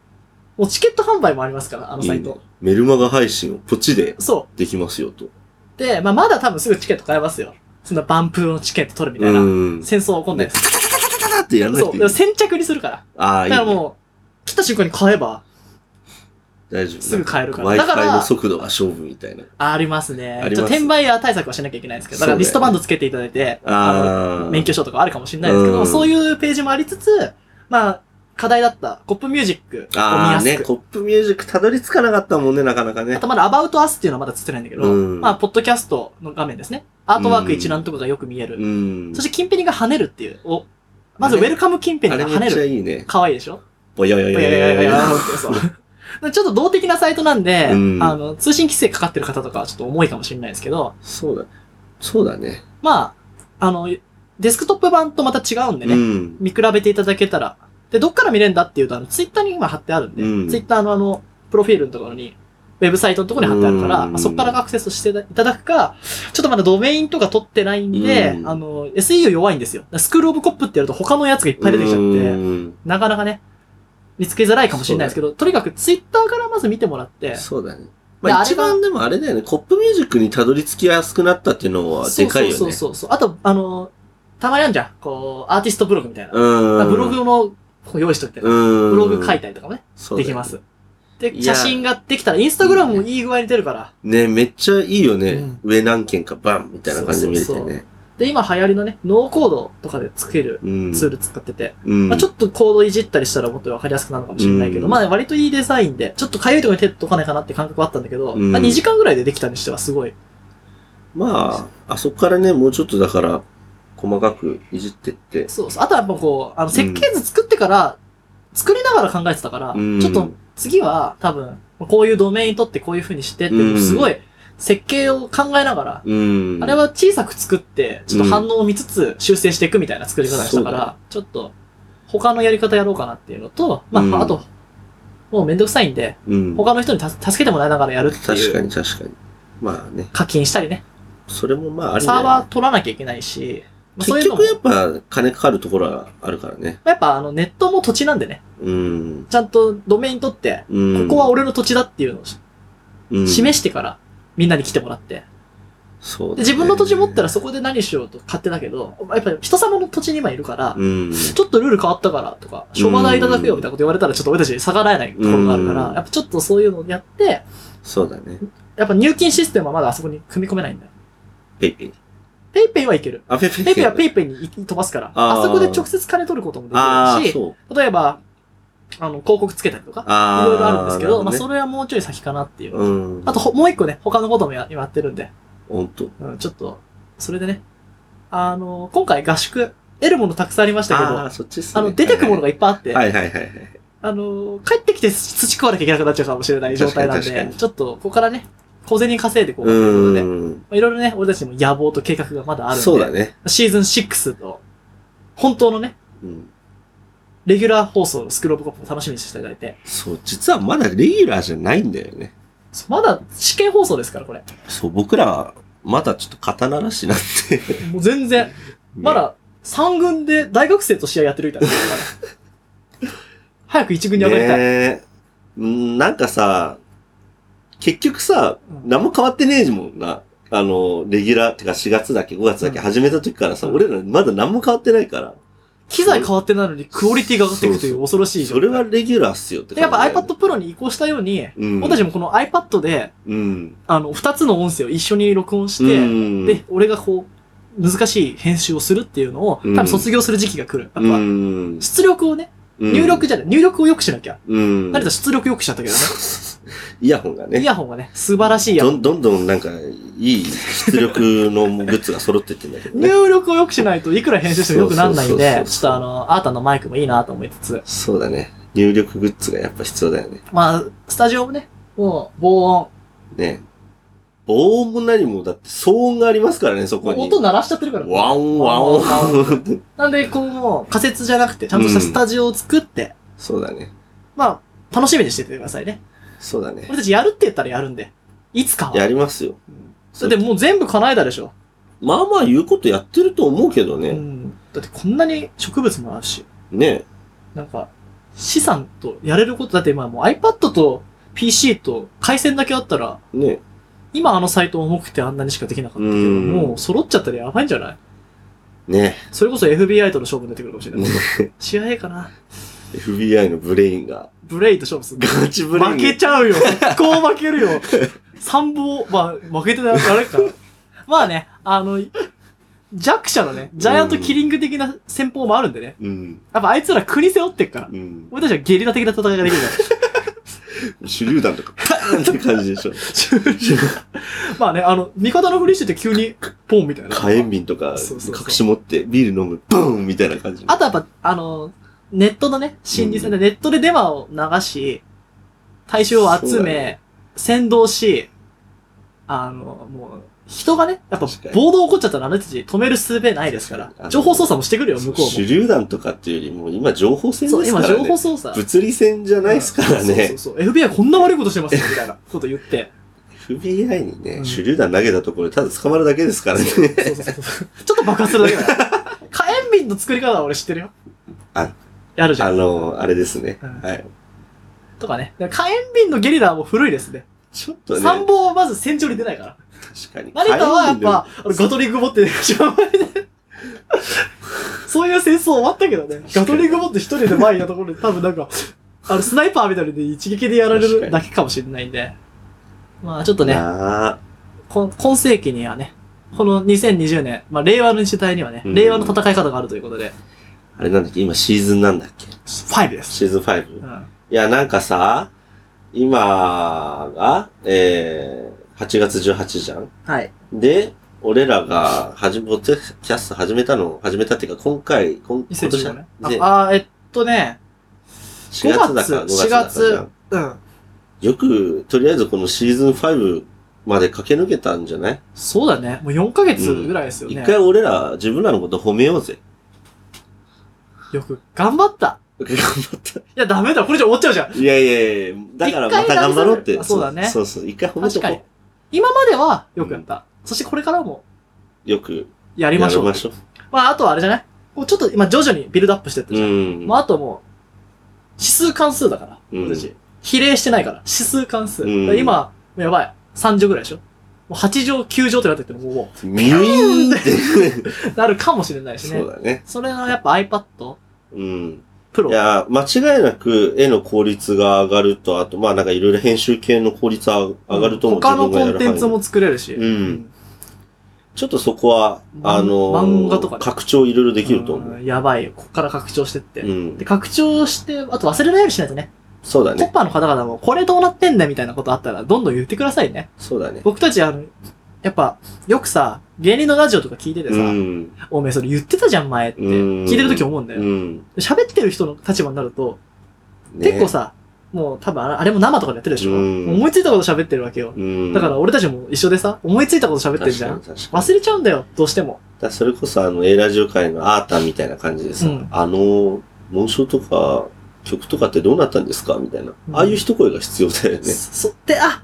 もうチケット販売もありますから、あの
いい
サ
ね
イト。
メルマガ配信をポチで
そ
できますよと。
う。で、まあまだ多分すぐチケット買えますよ。そんな万風のチケット取るみた
う
いな。
ん。
戦争は起こんないです。
カタってやらな
そ。
いうとい
だ
い
か
ね
ら。先着にするから。
ああ、いい
だから
ね。
もう、来た瞬間に買えば、
大丈夫。
すぐ買えるからだから
Wi-Fi の速度が勝負みたいな。
ありますね。
あります
ちょっと転売屋対策はしなきゃいけないですけど、だか
そうだ
ら
よね
リストバンドつけていただいて、
ああ。
免許証とかあるかもしれないですけど、
うん
そういうページもありつつ、まあ、課題だったコップミュージックを見
あ
や
あ
す
ね、
く。
コップミュージックたどり着かなかったもんね、なかなか
あ
ね。
とまだ About Us っていうのはまだ映ってないんだけど、
うん
まあ、ポッドキャストの画面ですね。アートワーク一覧とかがよく見える。
うん
そ。して、キンペニが跳ねるっていう。おまず、ウ
あれ
ェルカムキンペニ
あれ
が跳
め
ね
っちゃ
る。
いいね。
可愛いでしょ
ぼよよ
い
よ
や
よ
いやいや
よ
い
よ
や、
よ。
そう。 ちょっと動的なサイトなんで、
うん
あの、通信規制かかってる方とかはちょっと重いかもしれないですけど、
そうだ。そうだね。
まあ、あの、デスクトップ版とまた違うんでね、
うん。
見比べていただけたら。で、どっから見れるんだっていうと、あの、ツイッターに今貼ってあるんで、
うん
ツイッターのあの、プロフィールのところに、ウェブサイトのところに貼ってあるから、
うん
まあそこからアクセスしていただくか、ちょっとまだドメインとか取ってないんで、
うん
あの、SEO 弱いんですよ。だからスクールオブコップってやると他のやつがいっぱい出てきちゃって、
うん
なかなかね、見つけづらいかもしれないですけど、とにかくツイッターからまず見てもらって、
そうだね。まあ
であれ
一
が
番でもあれだよね、コップミュージックにたどり着きやすくなったっていうのはでかいよね。
そうそうそうそう。あと、あの、たまにあるじゃん。こう、アーティストブログみたいな。
うん。
ブログの、こう用意しといて、
うん。
ブログ書いたりとかもね、
そうだ
で
よ
きます。
い
で、
や
写真ができたら、インスタグラムもいい具合に出るから。
ね、めっちゃいいよね。
うん
上何件かバンみたいな感じで見れて
そうそう
ね。
で、今流行りのね、ノーコードとかで作れる
うん
ツール使ってて、
うん。
まあちょっとコードいじったりしたらもっとわかりやすくなるかもしれないけど、
うん
まあね割といいデザインで、ちょっとかゆいところに手とかないかなって感覚はあったんだけど、
うん
まあ2時間ぐらいでできたにしてはすごい。
まあ、あそこからね、もうちょっとだから、細かくいじってって。
そうそう。あとはやっぱこう、あの設計図作ってから、作りながら考えてたから、
うん
ちょっと次は多分、こういうドメイン取ってこういう風にしてって、
うん
すごい設計を考えながら、
うん。
あれは小さく作って、ちょっと反応を見つつ修正していくみたいな作り方でした
そ
か
う
ら、ちょっと他のやり方やろうかなっていうのと、まあ、
うん
あと、もうめんどくさいんで、
うん、
他の人にた助けてもらいながらやるって
確
い
か
う、
に確かに。まあね、
課金したりね、
それもまあありだ
サ
よ
ーバー取らなきゃいけないし、まあそうい
結
うのも
局、やっぱ金かかるところはあるからね。
やっぱあのネットも土地なんでね、
うん。
ちゃんとドメイン取って、
うん、
ここは俺の土地だっていうのを
うん、
示してから、みんなに来てもらって。
そうだ
で
ね
自分の土地持ったらそこで何しようと勝手だけど、やっぱり人様の土地に今いるから、
うん。
ちょっとルール変わったからとか、諸話題いただくよみたいなこと言われたらちょっと俺たち逆らえないところがあるか
う
ら
ん、
やっぱちょっとそういうのをやって、
そうだね。
やっぱ入金システムはまだあそこに組み込めないんだよ。
ペイペイ。
ペイペイはいける。
あ、ペイペイ。
ペイペイはペイペイに飛ばすから、
あー
あそこで直接金取ることもで
あ
き
あ、
るし、
そう。
例えば、あの、広告つけたりとか、
ああ。
いろいろあるんですけど、まあ
なる
そ
ほ
れはもうちょい先かなっていう。
どねうん。
あと、、ほもう一個ね、他のこともや今やってるんで、
ほんと。
うん、ちょっと、それでね、あの、今回合宿、得るものたくさんありましたけど、
ああ、
あ
そっちっすね。
の、出てくものがいっぱいあって、
はいはいはいはい。
あの、帰ってきて土食わなきゃいけなくなっちゃうかもしれない状態なん
確かに確
で
か、に
ちょっと、ここからね、小銭稼いでこう、ということで、ま
うん。
あいろいろね、俺たちにも野望と計画がまだあるんで、
そうだね。
シーズン6と、本当のね、
うん。
レギュラー放送のスクローブコップを楽しみにしていただいて、
そう、実はまだレギュラーじゃないんだよね。
そうまだ試験放送ですから、これ。
そう、僕らは、まだちょっと刀らしなんで。
もう全然、まだ3軍で大学生と試合やってるみたいな。早く1軍に上がりたい。
ねえうんなんかさ、結局さ、
うん
何も変わってねえもんな。あの、レギュラーってか4月だっけ5月だっけ
うん
始めた時からさ、
うん
俺らまだ何も変わってないから。
機材変わってないのにクオリティが上がっていくという恐ろしい状
そ
態
れはレギュラーっすよって
でやっぱ
感じだよね
iPad Pro に移行したように、
うん。
俺たちもこの iPad で、
うん。
あの、2つの音声を一緒に録音し
う
て、
ん、
で、俺がこう、難しい編集をするっていうのを、多
うん
分卒業する時期が来る。や
う
っぱ、
ん、
出力をね、入力じゃない、入力を良くしなきゃ。
うん、
成田出力良くしちゃったけど
イヤホンが
ね。イ
ね。
ヤホンがね、素晴らしいイヤホ
ど
ン。
んどんどんなんか、いい出力のグッズが揃ってってんだけどね。
入力を良くしないといくら編集しても良くなんないん
そ
で
うそうそう、
ちょ
そう
っとあの、アータのマイクもいいなと思いつつ、
そうだね。入力グッズがやっぱ必要だよね。
まあ、スタジオもね、もう防音、
ね防音も何も、だって騒音がありますからね、そこに。
音鳴らしちゃってるから。
ワンワン
ワン
ワン。
なんで、こうもう仮設じゃなくて、ちゃんとしたスタジオを作って、
そうだね。
まあ、楽しみにしててくださいね。
そうだね。
俺たちやるって言ったらやるんで、いつか
や
は。
りますよ。
それでもう全部叶えたでしょ。
まあまあ言うことやってると思うけど
う
ね。
ん。だってこんなに植物もあるし、
ね
なんか、資産とやれること、だって今もう iPad と PC と回線だけあったら、
ね
今あのサイト重くてあんなにしかできなかったけど、
うん
もう揃っちゃったらやばいんじゃない
ね
それこそ FBI との勝負に出てくるかもしれない。CIA かな。
FBI のブレインが。
ブレイと勝負する。
ガチブレイン。
負けちゃうよ。こう負けるよ。参謀、まあ、負けてない、あれか。まあね、あの、弱者のね、ジャイアントキリング的な戦法もあるんでね。
うん。
やっぱあいつら国背負ってっから。
うん。
俺たちはゲリラ的な戦いができる か
手榴弾と か、パーンって感じでしょ。
ら。まあね、あの、味方のふりしてて急に、ポンみたいな。
火炎瓶とか
そうそうそう
隠し持ってビール飲む、ブーンみたいな感じ。
あとやっぱ、あの、ネットのね、心理戦で、ネットでデマを流し、対象を
そ
集
うだ
め、先導し、あの、もう、人がね、やっぱ
確かに
暴動起こっちゃったらあの人たち止める術ないですか、
確からに
情報操作もしてくるよ、向こう
手榴弾とかっていうよりも、今情報戦
も。
です
そ
か
う、
ら
今
ね。
情報操作。
物理戦じゃないですから
うんそ
ね
う。そうそう。FBI こんな悪いことしてますよ、みたいなこと言って。
FBI にね
うん、
手榴弾投げたところでただ捕まるだけですからね。
そうそうそうそう。ちょっと爆発するだけだから。火炎瓶の作り方は俺知ってるよ。
あ
やるじゃ
あ
ん。
の、あれですね。
うん
はい。
とかね。火炎瓶のゲリラはもう古いですね。
ちょっとね、
参
確
謀はまず戦場に出ないから。
かに。
成田はやっぱ
火炎、
あのガトリング持って、一番前で。 そういう戦争終わったけどね。ガトリング持って一人で前のところで、多分なんか、あの、スナイパーみたいなので一撃でやられ
確か
る
に
だけかもしれないんで。まあちょっと
瓶で
ね、
なあ
こん今世紀にはね、この2020年、まあ令和の時代にはね、
うん
令和の戦い方があるということで、
あれなんだっけ今シーズンなんだっけ
5です。
シーズン 5?
う
い
ん。
や、なんかさ、今が、えー、8月18じゃん
はい。
で、俺らが、はじ、ポッドキャスト始めたの、始めたっていうか、今回、今今年
2015
だ
年。
で
あ、あーえっとね、
4月だから5
5月
月だからじゃん
うん。
よく、とりあえずこのシーズン5まで駆け抜けたんじゃない
そうだね。もう4ヶ月ぐらいですよ
一、
ね。
回俺ら自分らのこと褒めようぜ。
よく頑張った。
頑張った。
いや、ダメだ。これじゃ終わっちゃうじゃん。
いやいやいや、だからまた頑張ろうって。
一回そうだね
そうそうそう、一回褒めと
確
こ
かに
う。。
今まではよくやった。そしてこれからも
よく
や
や
り
りま
ま
し
し
ょ
ょ
う。
う。まあ、あとはあれじゃないもうちょっと今徐々にビルドアップしてった
う
じゃん。
ん。
まあ、あともう、指数関数だから、
うん
俺たち。比例してないから、指数関数。
うん
だから今、もうやばい。3乗ぐらいでしょもう8乗、9乗ってなってっても、も
ミュイーンって。
う、なるかもしれないしね。
そうだね。
それのやっぱ iPad
うん。い
Pro。
や、間違いなく絵の効率が上がると、あと、まあなんかいろいろ編集系の効率は上がると思う。
他の
自
コ
分
ン
が
テ
や
ン
る範囲
ツも作れるし。
うんちょっとそこは、
まん
あの
漫画とかね
拡張いろいろできると思う。
うんやばいよ。ここから拡張してって。
うん
で、。拡張して、あと忘れないようにしないとね。
そうだ
トッ
ね。
パーの方々も、これどうなってんだみたいなことあったら、どんどん言ってくださいね。
そうだね。
僕たち、あの、やっぱ、よくさ、芸人のラジオとか聞いてて
う
さ、
ん。
おめえそれ言ってたじゃん前って
うん
聞いてる時思うんだ
う
よ。
ん。
喋ってる人の立場になると、
ね
結構さ、もう多分あれあれも生とかでやってるでしょ、
うん
思いついたこと喋ってるわけよ。
うん。
だから俺たちも一緒でさ、思いついたこと喋ってるじゃん
確かに確かに
忘れちゃうんだよ、どうしても。
だそれこそあの、A ラジオ界のアータみたいな感じでさ、
うん
あの、紋章とか、曲とかってどうなったんですかみたいな。
うん
ああいう一声が必要だよね。
そって、あ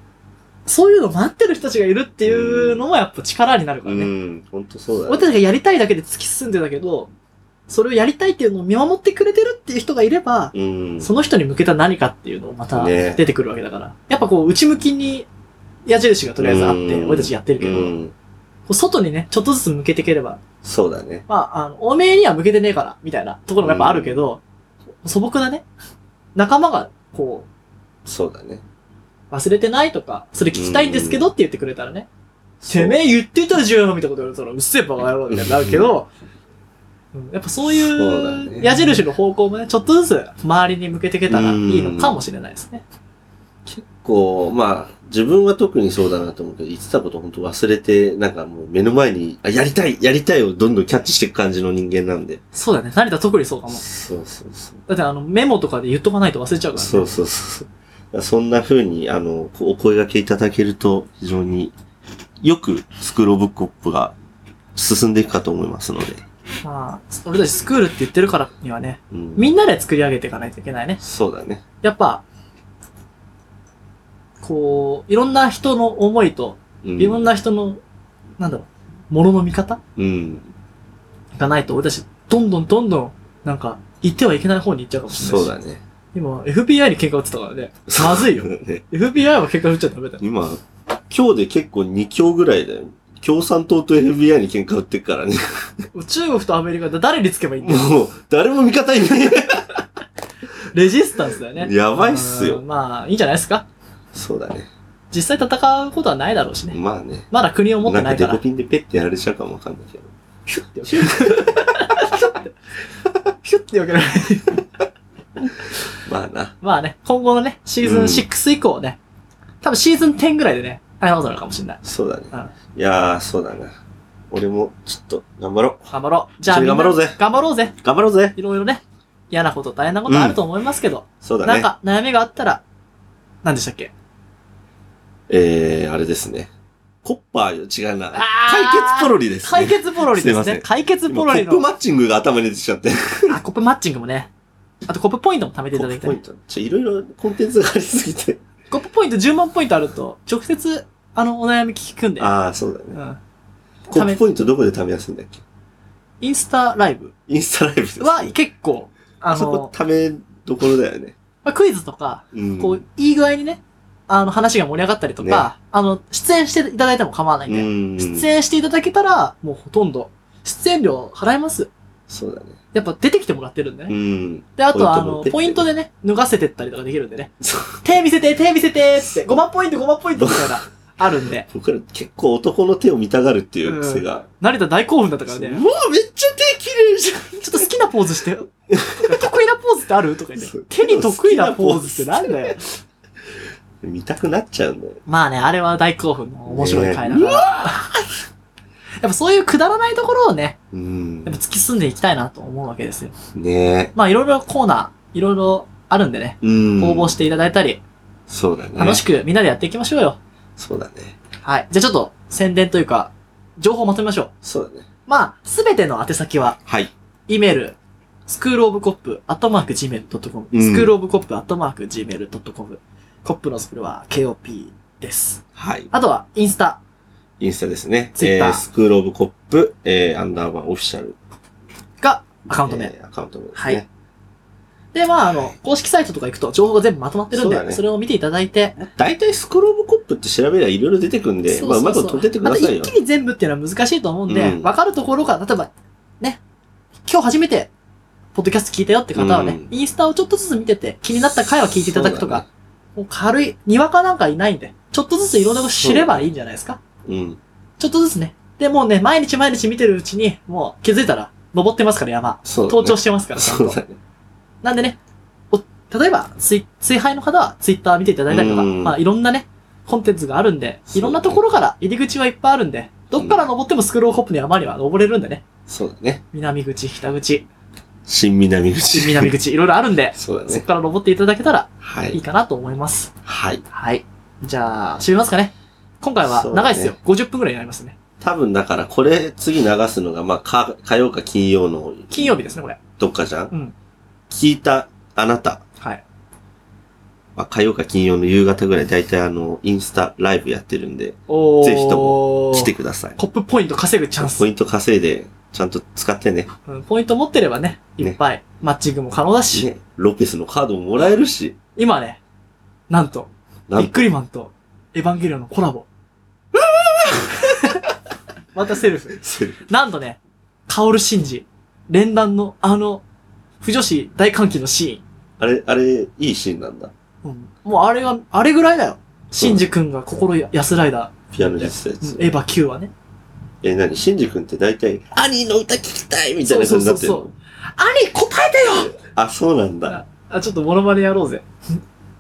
そういうの待ってる人たちがいるっていうのもやっぱ力になるか
う
らね。
ん、ほんとそうだ
俺
ね。
たちがやりたいだけで突き進んでたけど、それをやりたいっていうのを見守ってくれてるっていう人がいれば、
うん。
その人に向けた何かっていうのをまた
ね
出てくるわけだから。やっぱこう、内向きに矢印がとりあえずあっ
う
て、
ん
俺たちやってるけ
う
ど、こ
ん。
う外にね、ちょっとずつ向けていければ、
そうだね。
まあ、あの、おめえには向けてねえから、みたいなところもやっぱあるけど、素朴なね、仲間がこ
そうだね。
う、忘れてないとか、それ聞きたいんですけどって言ってくれたらね、
そう
てめえ言ってたじゃんみたいなこと言われたら、うっせえバカ野郎みたいになるけど、うんやっぱそう
そうだ
い
ね
う矢印の方向もね、ちょっとずつ周りに向けていけたらいいのかもしれないですね。
こう、まあ、自分は特にそうだなと思うけど、言ってたこと本当忘れて、なんかもう目の前に、あ、やりたいやりたいをどんどんキャッチしていく感じの人間なんで。
そうだね。成田特にそうかも。
そうそうそう。
だってあの、メモとかで言っとかないと忘れちゃうからね。
そうそうそう。だからそんな風に、あの、こうお声掛けいただけると、非常によくスクールオブコップが進んでいくかと思いますので。
まあ、俺たちスクールって言ってるからにはね、
うん、
みんなで作り上げていかないといけないね。
そうだね。
やっぱ、こう、いろんな人の思いと、
う
いろん
ん。
な人の、なんだろう、ものの見方
うん。
がないと、俺たち、どんどんどんどん、なんか、行ってはいけない方に行っちゃうかもしれ
そ
ない
う
し。
だね。
今、FBI に喧嘩打ってたからね。まずい よ。
ね
FBI は喧嘩打っちゃダメだよ。
今、今日で結構2強ぐらいだよ。共産党と FBI に喧嘩売ってっからね。
中国とアメリカで誰につけばいいんだよ。
もう、誰も味方いね
レジスタンスだよね。
え。やばいっす
う
よ
ん。まあ、いいんじゃないですか。
そうだね。
実際戦うことはないだろうしね。
まあね。
まだ国を持っ
な
て
ん
な
か
い
デ
か
コ
ら。
ピンでペッてやられちゃうかもわかんないけど。
ヒュッて、ヒュッて。ヒュッて避けられない。
まあな。
まあね、今後のね、シーズン6以降ね、多分シーズン10ぐらいでね、大変なことになるかもしれない。
そうだね。
うん
いやー、そうだな。俺も、ちょっと、頑張ろう。
頑張ろう。じゃあ
一緒に
みんな、
頑張ろうぜ
頑張ろうぜ。
頑張ろうぜ。
いろいろね、嫌なこと、大変なことあると思いますけど、
そうだ
なん
ね。
か悩みがあったら、何でしたっけ
えー、あれですね。コッパーよ、違うな。
あ
解
ー
決ポロリです、ね。
解決ポロリです
いませ
ね。
ん
解決
今
ポ
コ
ロリ
ップ
の、
マッチングが頭に出てきちゃって。
あ、コップマッチングもね。あとコップポイントも貯めてい
コ
ただ
ッ
き
プポ
た
イ
い
ン。ト。ちょ、いろいろコンテンツがありすぎて。
コップポイント10万ポイントあると、直接、あの、お悩み聞くんで。
あー、そうだ
う
ね。
ん。
コップポイントどこで貯めやすいんだっけ
インスタライブ
インスタライブです、ね。
は結構、あ
そこ
の、
貯めどころだよね。
まあ、クイズとか、
うん。
こう、いい具合にね、あの、話が盛り上がったりとか、
ね
あの、出演していただいても構わないんで、
ん。
出演していただけたら、もうほとんど、出演料払います。
そうだね。
やっぱ出てきてもらってるんで
う
ね。
ん。
で、あとは、あの、
ポ
ポ
イ
イ
ン
ン
ト
トでね、脱がせてったりとかできるんでね。
そう
手見せて、手見せてって、5万ポイント、5万ポイントみた いな、あるんで。
僕ら結構男の手を見たがるっていう癖が。
成田大興奮だったか
う
ら
う
ね。
わめっちゃ手綺麗じゃん
ちょっと好きなポーズして。 得意なポーズってあるとか言って
そう。
手に得意なポーズってなんだよ。
見たくなっちゃうんだよ。
まあね、あれは大興奮の面白い回だ
ね
か
え
ら。やっぱそういうくだらないところをね、
うん
やっ。ぱ突き進んでいきたいなと思うわけですよ。
ね
まあいろいろコーナー、いろいろあるんでね、
え。うん。
応募していただいたり、
そうだね。
楽しくみんなでやっていきましょうよ。
そうだね。
はい。じゃあちょっと宣伝というか、情報をまとめましょう。
そうだね。
まあ、すべての宛先は、
はい。
e メール、スクールオブコップ、アットマーク gmail.com、
うん
スクールオブコップ、アットマーク gmail.com、コップのスクールは KOP です。
はい。
あとは、インスタ。
インスタですね。
Twitter
えースクールオブコップ、えー、アンダーバーオフィシャル。
がアカウント名。
えーアカウント名です
は
ね。
いで、まあ、あの、公式サイトとか行くと情報が全部まとまってる
そ
んで、
う
そ,、
だね
れを見ていただいて、
大体スクローブコップって調べりゃいろいろ出てくんで、
そうそうそう
まあ、うまく取ってってくださいよ
また。一気に全部っていうのは難しいと思うんで、
うん
分かるところから、例えば、ね、今日初めて、ポッドキャスト聞いたよって方はね、
う
インスタをちょっとずつ見てて、気になった回は聞いていただくとか、
そ
もう軽い、にわかなんかいないんで、ちょっとずついろんなこと知ればいいんじゃないですか
うだね。うん。
ちょっとずつね。で、もうね、毎日毎日見てるうちに、もう気づいたら、登ってますから山。
そうだね。
登頂してますから、ちゃん
そう
と。
だね。
なんでね、お例えば、追、追廃の方はツイッター見ていただいたりとか、
うん
まあいろんなね、コンテンツがあるんで、
そう
いろんなところから入り口はいっぱいあるんで、どっから登ってもスクロールホップの山には登れるんでね。
そうだね。
南口、北 口、
新南口。
新南。口、いろいろあるんで、
そうだ
そ
ね
こ。から登っていただけたら
はい
い
い。
かなと思います。
はい。
はい。じゃあ、締めますかね。今回は
そうだね
長いですよ。50分くらいになりますね。
多分だから、これ次流すのが、まあ、か火曜か金曜の
金曜日ですね、これ。
どっかじゃん、
うん
聞いたあなた、
はい。
まあ、火曜か金曜の夕方ぐらい、だいたいあの、インスタライブやってるんで、
おー
ぜひと来てください。
コップポイント稼ぐチャンス。
ポイント稼いで、ちゃんと使ってね。
うんポイント持ってればね、いっぱい、マッチングも可能だし、
ね。ロペスのカードももらえるし、
今ね、なんと、
な
ビッ
ん
クリマンとエヴァンゲリオンのコラボ。 またセルフ。なんとね、カオルシンジ、連弾のあの、不女子大歓喜のシ
あれ、あれ、いいシーンなんだ。
ーン。うんもうあれは、あれぐらいだよ。シンジ君が心安らいだ、
ピアノ実
うん
践。
エヴァ Q はね。
え、なに、シンジ君って大体、兄の歌聞きたいみたいな感じになってる
そう
の
兄、答えてよ
あ、そうなんだ。
あ、ちょっとモノマネやろうぜ。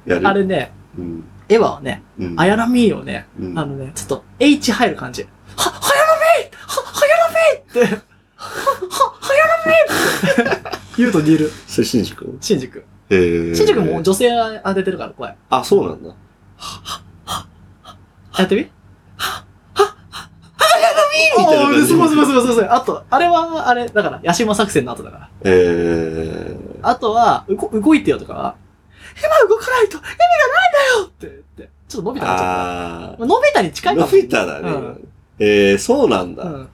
やる。
あれね、
うん。
エヴァはね、
うん。
アヤナミーをね、
うん
あのね、ちょっと H 入る感じ。は、はやらめいは、はやらめいって、は、はやらめいって言うと似る。
それシンジ君
新宿。
えー。
新宿も女性が当ててるから、怖い。
あ、そうなんだ。
やってみみ
みたいな感じ
そうそうそうそうそう。あと、あれは、あれ、だから、ヤシマ作戦の後だから。
えー。
あとは、うこ動いてよとかは、今動かないと意味がないんだよって言って、ちょっと伸びたな、ちょっ
あ
と。伸びたに近
ー。
いか
伸
も。
びただね。
うん
えー、そうなんだ。
うん。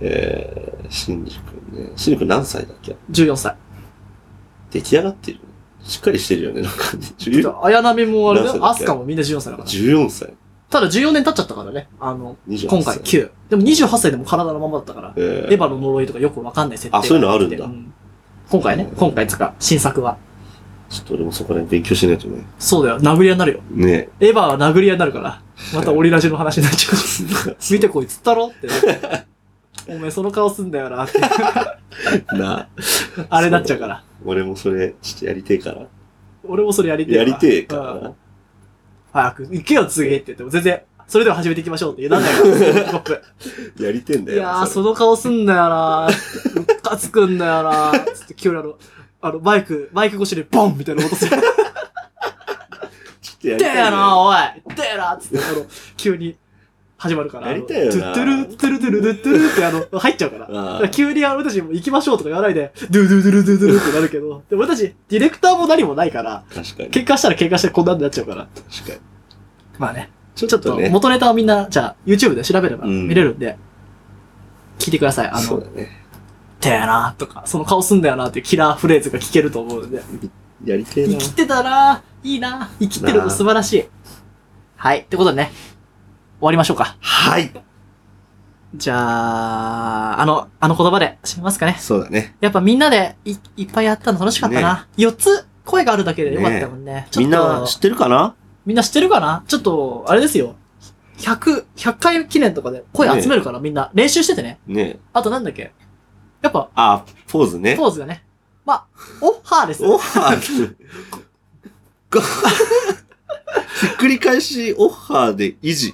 えー、シンジ君ね。シンジ君何歳だっけ
14歳。
出来上がってるしっかりしてるよね、なんかね。
ちょっと綾波もあれだ
何歳
よ。
だっ
ア
け
スカもみんな14歳だから。
14歳。
ただ14年経っちゃったからね。あの、
28歳。
今回9。でも28歳でも体のままだったから、
えー
エヴァの呪いとかよくわかんない設定が
あそういうのあるんだ
う今回ね、今回つか、新作は。
ちょっと俺もそこら辺勉強しないとね。
そうだよ、殴り屋になるよ。
ね
エヴァは殴り屋になるから、またオリラジの話になっちゃ う。見てこいつったろって。お前その顔すんだよなって。
な、
あれになっちゃうから。
俺もそれ、ちょっとやりてえから。
俺もそれやりてえ
やりてえか
うん
ら。
早く、行けよ、次って言っても全然、それでは始めていきましょうって言うな んないから、僕
やりてえんだ
い
よ。
やー、そ
れ
の顔すんだよなー。ムカつくんだよなー。つって、急にあの、あの、バイク、バイク越しでボンみたいな音する。で
ちょっとやりたい
てえ
んだよ
なー、おいでえなーつって、あの、急に始まるから。
やりたいよなー
あのトゥットゥル、トゥルトゥルトゥルトゥルって、あの、入っちゃうから。だ
あー
から急にあの、俺たちも行きましょうとか言わないで、ドゥドゥドゥルドゥドゥルってなるけど、で、俺たち、ディレクターも何もないから、
確かに。
喧嘩したら喧嘩してこんなんになっちゃうから。
確かに。
まあね。
ちょ
ちょっ
っ
と
とね。
元ネタをみんな、じゃあ、YouTube で調べれば見れるんで、聞いてください。あ
そ
の
う、だね。
ってやなとか、その顔すんだよなっていうキラーフレーズが聞けると思うんで。
やりてえ
生
な。
きてたら、いいな生きてるの素晴らしい。はい。ってことでね、終わりましょうか。
はい。
じゃあ、あの、あの言葉で締めますかね。
そうだね。
やっぱみんなでいいっぱいやったの楽しかったな。4つ声があるだけでよかったもんね。ちょっ
み
と
んな知ってるかな
みんな知ってるかなちょっと、あれですよ。100、100回記念とかで声集めるから、みんな練習しててね。
ね
あとなんだっけやっぱ、
あ、ポーズね。
ポーズがね。まあ、オッハーです。
オファー。こ ひっくり返しオファーで維持。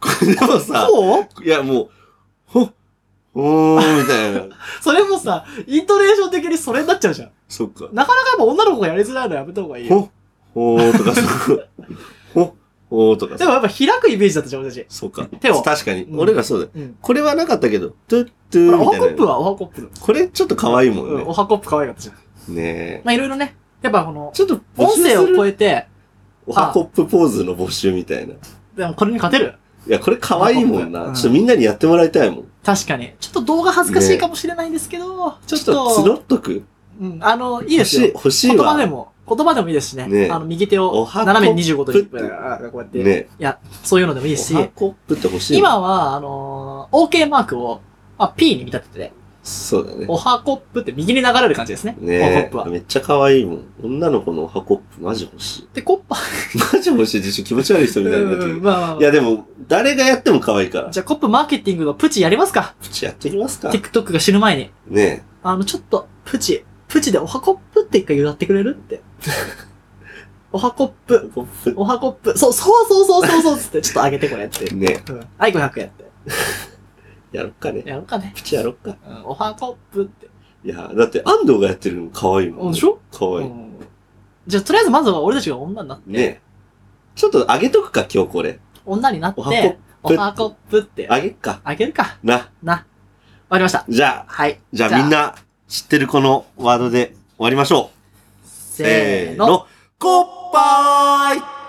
これでもさ、
こう
いやもう、ほ、ほーみたいな。
それもさ、イントネーション的にそれになっちゃうじゃん。
そっか。
なかなかやっぱ女の子がやりづらいのやめた方がいいよ。
ほ、ほーとか、そう。ほ、ほーとか
で
さ。
もやっぱ開くイメージだったじゃん、俺たち。
そうか。
手を
確かに。
うん
俺らそうだよ。
うん。
これはなかったけど、トゥットゥ
ほ
ー
ら、
み
オハ
たい
コ
な。
ップはオハコップ。
これちょっと可愛いもん
うんオ
ね。
ハコップ可愛かったじゃん。
ねえ。
まあいろいろね、やっぱこの、
ちょっと、募
音
集
声
す
を
る
超えて、
おはコップポーズの募集みたいな。い
でもこれに勝てる
や、これ可愛いもん
おはこっ
な。
ぷ
ちょっとみんなにやってもらいたいもん。
確かに。ちょっと動画恥ずかしいかもしれないんですけど、ちょっ
ちょっと、
と、
募っとく。
うん、あの、いいで
欲
す
しい、
よ。
欲しい
言葉で
わ。
も、言葉でもいいですしね。
ねえ
あの、右手
お
を
はこ
斜め25度に、
ぷって
こうやって、
ね
いや、そういうのでもいい
お
し、
はコップって欲しい。、
今は、あのー OK マークを、まあ、P に見立てて、
そうだね。
おはコップって右に流れる感じですね。おはコ
ね
ップは
え。。めっちゃ可愛いもん。女の子のおはコップ、マジ欲 しい。
で、コッパ、
マジ欲しいでしょ気持ち悪い人みたいになって
うん、
る。
まあまあま
いやでも、誰がやっても可愛いか
あ。
ら。
じゃあ、コップマーケティングのプチやりますか
プチやっていきますか。
?TikTok が死ぬ前に。
ね
あの、ちょっと、プチ、プチでおはコップって一回歌ってくれ るって。おはコッ
え。
プ、
コッ
おはコップ、そう、そうそうそうそうそうっつって、ちょっとあげてこれって。
プ。ね
うん。はい、500円って。
え。やろっかね。
やろうかね。
プチやろっか。
うん、おはコップって。
いや、だって安藤がやってるの可愛いもん。
でしょ
可
う
愛い。
ん。じゃあ、とりあえずまずは俺たちが女になって、
ねえ。ちょっと上げとくか、今日これ。
女になっ
おはコッ
て、おはコップって、
上げっか。
あげるか。
な。
な。終わりました。
じゃあ、
はい。
じゃ
じゃ
あ
あ
みんな知ってるこのワードで終わりましょう。
せーの。。
コッパーイ